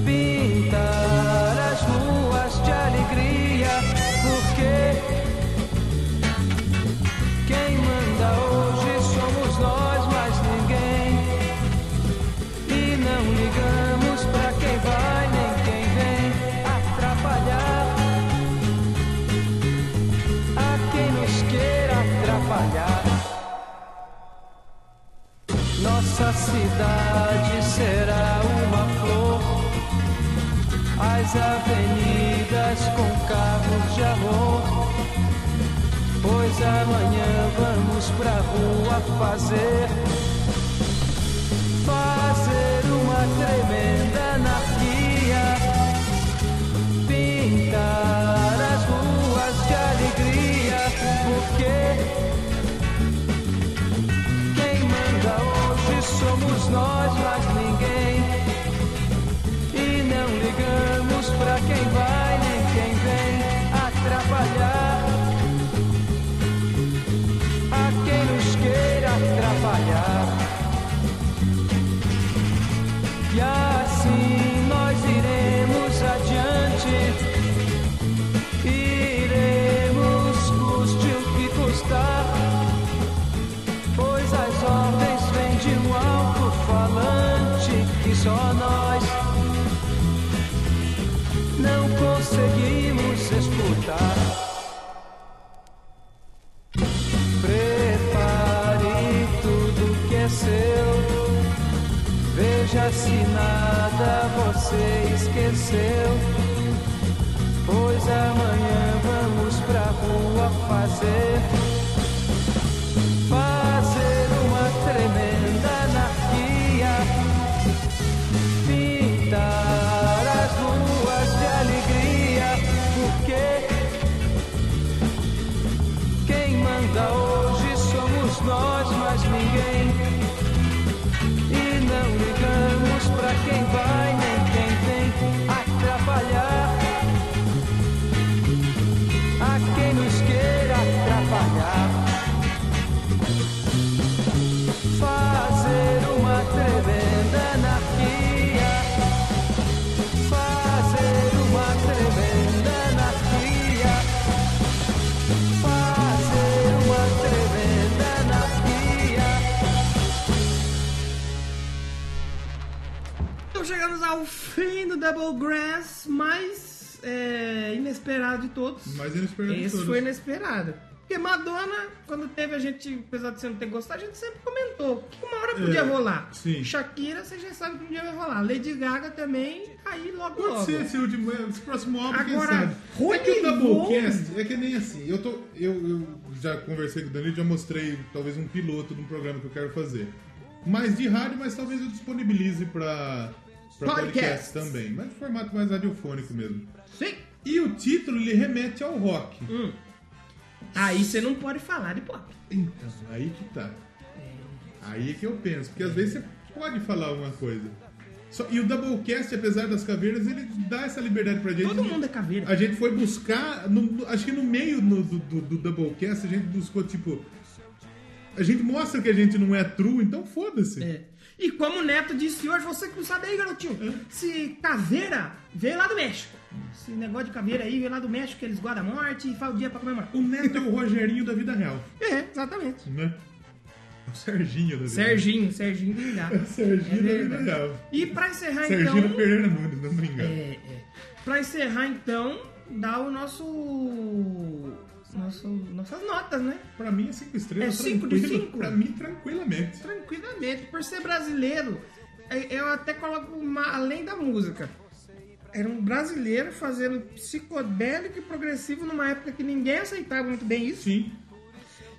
D: Pintar as ruas de alegria. Porque quem manda hoje somos nós, mais ninguém. E não ligamos pra quem vai nem quem vem atrapalhar. A quem nos queira atrapalhar. Nossa cidade será uma flor. As avenidas com carros de amor. Pois amanhã vamos pra rua fazer Fazer uma tremenda anarquia Pintar as ruas de alegria Porque quem manda hoje somos nós, mas ninguém E não ligamos pra quem vai nem quem vem atrapalhar a quem nos queira atrapalhar. E assim nós iremos adiante, iremos custe o que custar, pois as ordens vêm de um alto-falante que só nós não conseguimos escutar. Prepare tudo que é seu. Veja se nada você esqueceu. Pois amanhã vamos pra rua fazer. Fazer uma tremenda anarquia. Pintar as ruas de alegria. Porque quem manda hoje somos nós, mas ninguém. E não ligamos pra quem vai nem quem vem atrapalhar. A quem nos queira atrapalhar.
B: Então Doublegrass mais é, inesperado de todos.
C: Mas eles perderam
B: Esse
C: todos.
B: foi inesperado. Porque Madonna, quando teve a gente, apesar de você não ter gostado, a gente sempre comentou que uma hora podia
C: É,
B: rolar.
C: sim.
B: Shakira, você já sabe que um dia vai rolar. Lady Gaga também, aí logo
C: Pode
B: logo.
C: ser esse último, é, esse próximo álbum, quem
B: Agora,
C: sabe.
B: Rolling
C: É que o
B: Bone-
C: Doublecast é que nem assim. Eu, tô, eu, eu já conversei com o Danilo, já mostrei talvez um piloto de um programa que eu quero fazer. Mas de rádio, mas talvez eu disponibilize pra, pra
B: Podcast.
C: podcast também. Mas formato mais radiofônico mesmo.
B: Sim.
C: E o título, ele remete ao rock.
B: Hum. Aí você não pode falar de pop.
C: Então, aí que tá. Aí é que eu penso, porque às vezes você pode falar alguma coisa. Só- e o Doublecast, apesar das caveiras, ele dá essa liberdade pra gente.
B: Todo mundo é caveira.
C: A gente foi buscar, no- no- acho que no meio no- do, do, do Doublecast, a gente buscou, tipo. A gente mostra que a gente não é true, então foda-se.
B: É. E como o Neto disse hoje, você que não sabe aí, garotinho, se caveira veio lá do México. Esse negócio de caveira aí veio lá do México, que eles guardam a morte e faz o dia pra comemorar.
C: O Neto é o Rogerinho da vida real,
B: É, exatamente.
C: né? É o Serginho da vida
B: Serginho, Serginho Vingado.
C: real. Serginho
B: É
C: da vida
B: verdade.
C: real.
B: E pra encerrar
C: Serginho
B: então.
C: Pereira Nunes, não brincar.
B: É, é. Pra encerrar então, dá o nosso. nosso nossas notas, né?
C: Pra mim é 5 estrelas.
B: É cinco de
C: tranquilo.
B: cinco?
C: Pra mim, tranquilamente.
B: Tranquilamente, por ser brasileiro, é, eu até coloco uma- além da música. Era um brasileiro fazendo psicodélico e progressivo numa época que ninguém aceitava muito bem isso.
C: Sim.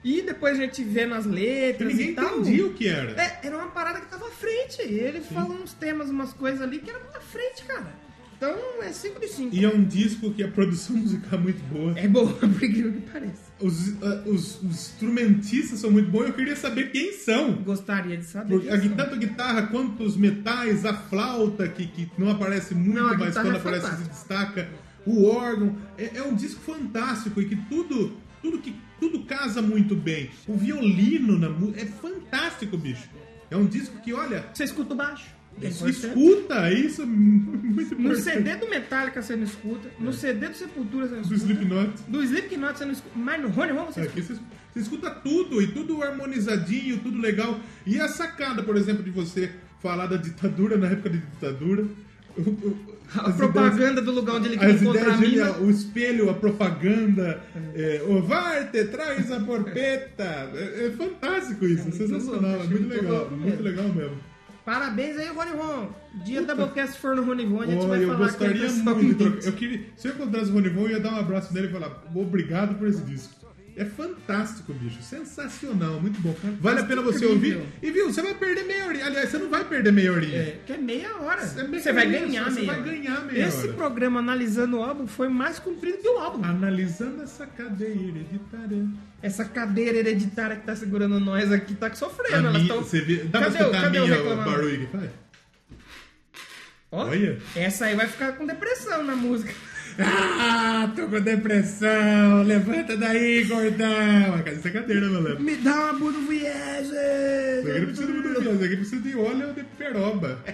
B: E depois a gente vê nas
C: Que
B: letras
C: ninguém
B: e tal.
C: entendia o que era.
B: um? É, era uma parada que tava à frente. Ele falou uns temas, umas coisas ali que era muito à frente, cara. Então é 5 de 5.
C: E é um disco que a produção *laughs* musical é muito boa.
B: É boa, *laughs* por incrível que pareça.
C: Os, ah, os- os instrumentistas são muito bons. Eu queria saber quem são.
B: Gostaria de saber.
C: Porque a,
B: disso.
C: gui- tanto a guitarra quanto os metais, a flauta, que, que não aparece muito,
B: Não, a
C: mas
B: guitarra
C: quando
B: é
C: aparece se
B: fantástica.
C: destaca. O órgão. É, é um disco fantástico e que tudo. Tudo que tudo casa muito bem. O violino na mu- é fantástico, bicho. É um disco que, olha,
B: Você escuta o baixo? É
C: Isso,
B: importante.
C: escuta isso, *laughs* é muito
B: No
C: importante.
B: CD do Metallica você não escuta, no CD do Sepultura você não
C: É. do
B: escuta,
C: Slipknot.
B: do Slipknot você não escuta, mas no Rony Ron você escuta.
C: Aqui você, você escuta tudo e tudo harmonizadinho, tudo legal. E a sacada, por exemplo, de você falar da ditadura na época da ditadura. o- o-
B: A
C: as ideias-
B: propaganda do lugar onde ele quer
C: As
B: encontrar a
C: ideias
B: mina.
C: genial, o espelho, a propaganda, é, o Varte
B: *laughs*
C: traz a porpeta. É, é fantástico isso,
B: É
C: é
B: muito
C: sensacional,
B: louco,
C: é muito
B: muito
C: legal,
B: louco
C: muito
B: mesmo.
C: legal mesmo.
B: Parabéns aí, Rony Ron. Dia da Doublecast for no Rony Ron, a gente
C: Olha,
B: vai
C: eu
B: falar tá
C: gostaria
B: com
C: muito de trocar. Eu queria, se eu encontrasse o Ronivon, eu ia dar um abraço nele e falar obrigado por esse disco. É fantástico, bicho. Sensacional, muito bom. Vale a pena você
B: Incrível.
C: ouvir. E viu, você vai perder meia horinha. Aliás, você não vai perder meia horinha.
B: É, que é meia hora.
C: É meia
B: Você vai
C: horinha,
B: ganhar
C: você
B: meia
C: vai
B: hora.
C: ganhar meia
B: Esse
C: hora.
B: programa analisando o álbum foi mais comprido que o álbum.
C: Analisando essa cadeia hereditária.
B: Essa cadeira hereditária que tá segurando nós aqui tá
C: A
B: sofrendo. Elas
C: minha-
B: tão...
C: você vê, dá pra
B: Cadê o-
C: escutar a
B: cadê o
C: minha o
B: reclamando?
C: barulho que faz?
B: Ó,
C: Olha.
B: Essa aí vai ficar com depressão na música.
C: Ah, tô com depressão. Levanta daí, gordão. Essa cadeira, meu lembro.
B: Me dá uma Budo
C: é,
B: Viese!
C: Isso
B: é,
C: aqui não precisa de muita coisa, isso aqui precisa de óleo ou de peroba.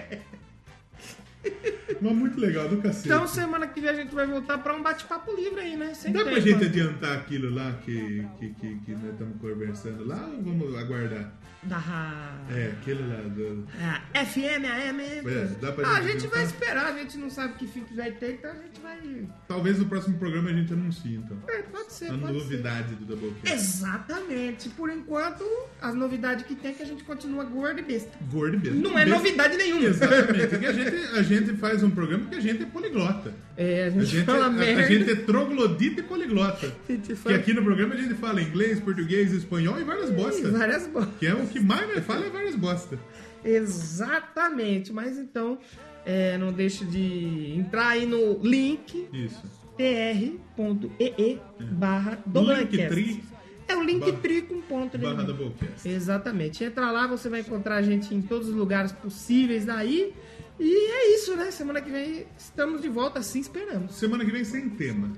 C: Mas muito legal, do cacete.
B: Então, semana que vem a gente vai voltar pra um bate-papo livre aí, né? Sem
C: Dá pra
B: tempo.
C: gente adiantar aquilo lá que, que, que, que nós estamos conversando lá ou vamos aguardar?
B: Da ra-
C: É, aquele lá. Do...
B: Ah, FM, AM.
C: É, dá pra
B: ah, a
C: gente
B: gente vai
C: adiantar?
B: esperar, a gente não sabe que fim que vai ter, então a gente vai.
C: Talvez no próximo programa a gente anuncie, então.
B: É, pode ser,
C: A
B: pode
C: novidade do
B: ser.
C: Doublecast.
B: Exatamente. Por enquanto, as novidades que tem é que a gente continua gordo e besta.
C: Gordo mesmo.
B: Não é
C: Bem-
B: novidade nenhuma.
C: Exatamente, porque a gente, a gente faz um programa que a gente é poliglota.
B: É, a gente,
C: A gente,
B: fala
C: a-
B: merda.
C: a gente é troglodita e poliglota.
B: A gente
C: Que
B: fala É,
C: aqui no programa a gente fala inglês, português, espanhol e várias bostas.
B: várias bolas.
C: Que é o que mais me fala é várias bosta.
B: Exatamente, mas então é, não deixe de entrar aí no link
C: Isso.
B: tr.ee
C: Hum.
B: barra Doublecast.
C: Linktree.
B: É o Linktree com ponto de
C: Barra Doublecast.
B: Exatamente. Entra lá, você vai encontrar a gente em todos os lugares possíveis daí. E é isso, né? Semana que vem estamos de volta, assim esperamos.
C: Semana que vem sem tema.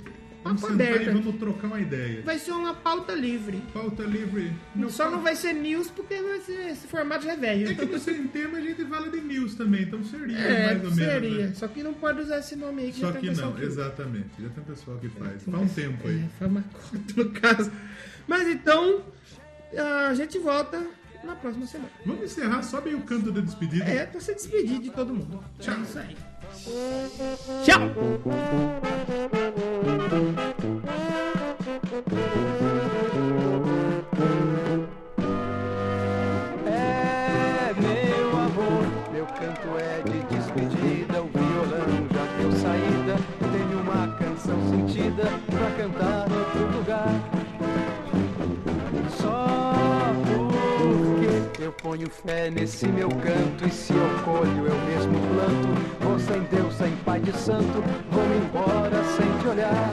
C: Vamos
B: Papo
C: sentar
B: aberto.
C: e vamos trocar uma ideia.
B: Vai ser uma pauta livre.
C: Pauta livre.
B: Só
C: pauta-
B: não vai ser news porque vai ser- esse formato já é velho. *laughs*
C: É que no sem tema a gente fala de news também, então seria
B: É,
C: mais ou
B: seria.
C: menos. né?
B: Só que não pode usar esse nome aí que já
C: Só
B: tá tem
C: que
B: pessoal
C: não,
B: que é. usa.
C: exatamente. Já tem pessoal que faz. Faz um tempo aí.
B: *laughs* É, foi uma conta no caso. Mas então, a gente volta na próxima semana.
C: Vamos encerrar só bem o canto da despedida.
B: É, pra se despedir de todo mundo. Tchau, isso aí. Tchau!
D: É meu amor, meu canto é de despedida. O violão já deu saída. Tenho uma canção sentida pra cantar em outro lugar. Só porque eu ponho fé nesse meu canto. E se eu colho, eu mesmo planto. Vou sem Deus, sem Pai de Santo. Vou embora sem te olhar.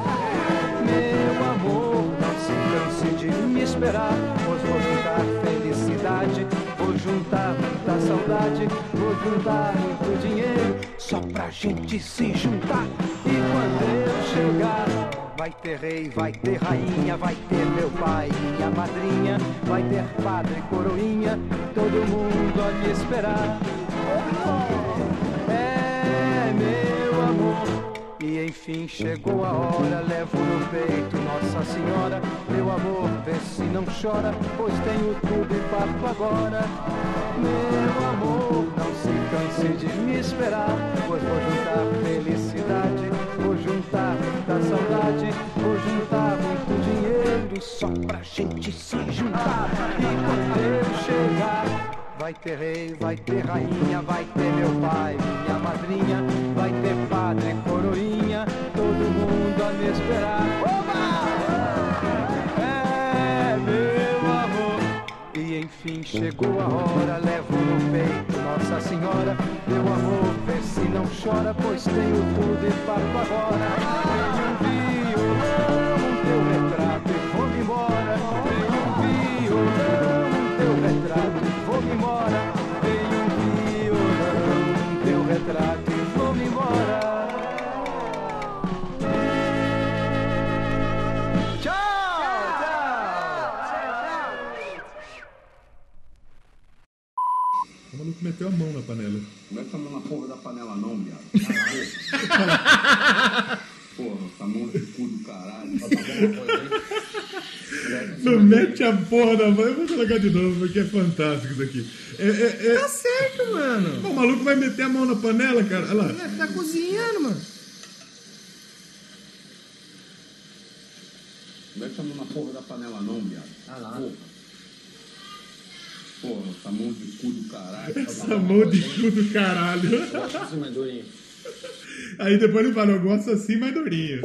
D: Meu amor, não se canse de me esperar. Pois vou juntar felicidade. Vou juntar muita saudade. Vou juntar muito dinheiro. Só pra gente se juntar. E quando eu chegar. Vai ter rei, vai ter rainha, vai ter meu pai e a madrinha, vai ter padre e coroinha, todo mundo a me esperar. É meu amor. E enfim chegou a hora, levo no peito Nossa Senhora, meu amor, vê se não chora, pois tenho tudo e parto agora. Meu amor, não se canse de me esperar, pois vou juntar felicidade, vou juntar muita saudade, vou juntar muito dinheiro só pra gente se juntar. E quando eu chegar, Vai ter rei, vai ter rainha, vai ter meu pai, minha madrinha, vai ter padre, coroinha, todo mundo a me esperar. Oba! É meu amor. E enfim chegou a hora, levo no peito Nossa Senhora, meu amor, vê se não chora, pois tenho tudo e parto agora. Tenho um violão, teu retrato e vou-me embora. Tenho um violão, teu retrato e vou-me embora. Tenho um violão, teu retrato e vou-me embora. Tchau! Tchau!
C: O maluco meteu a mão na panela.
I: Não é mão na porra da panela não, viado. porra, essa mão de cu do caralho. Tá
C: Não mete a porra na mão. Eu vou colocar de novo, porque é fantástico isso aqui. É, é, é-
B: Tá certo, mano.
C: O maluco vai meter a mão na panela, cara. Olha lá.
B: Tá cozinhando, mano.
I: Não é mão na porra da panela não, viado. Porra. Porra, essa mão de cu do caralho.
C: Essa mão de cu do caralho. Aí depois ele fala, eu gosto assim, mas assim, durinho.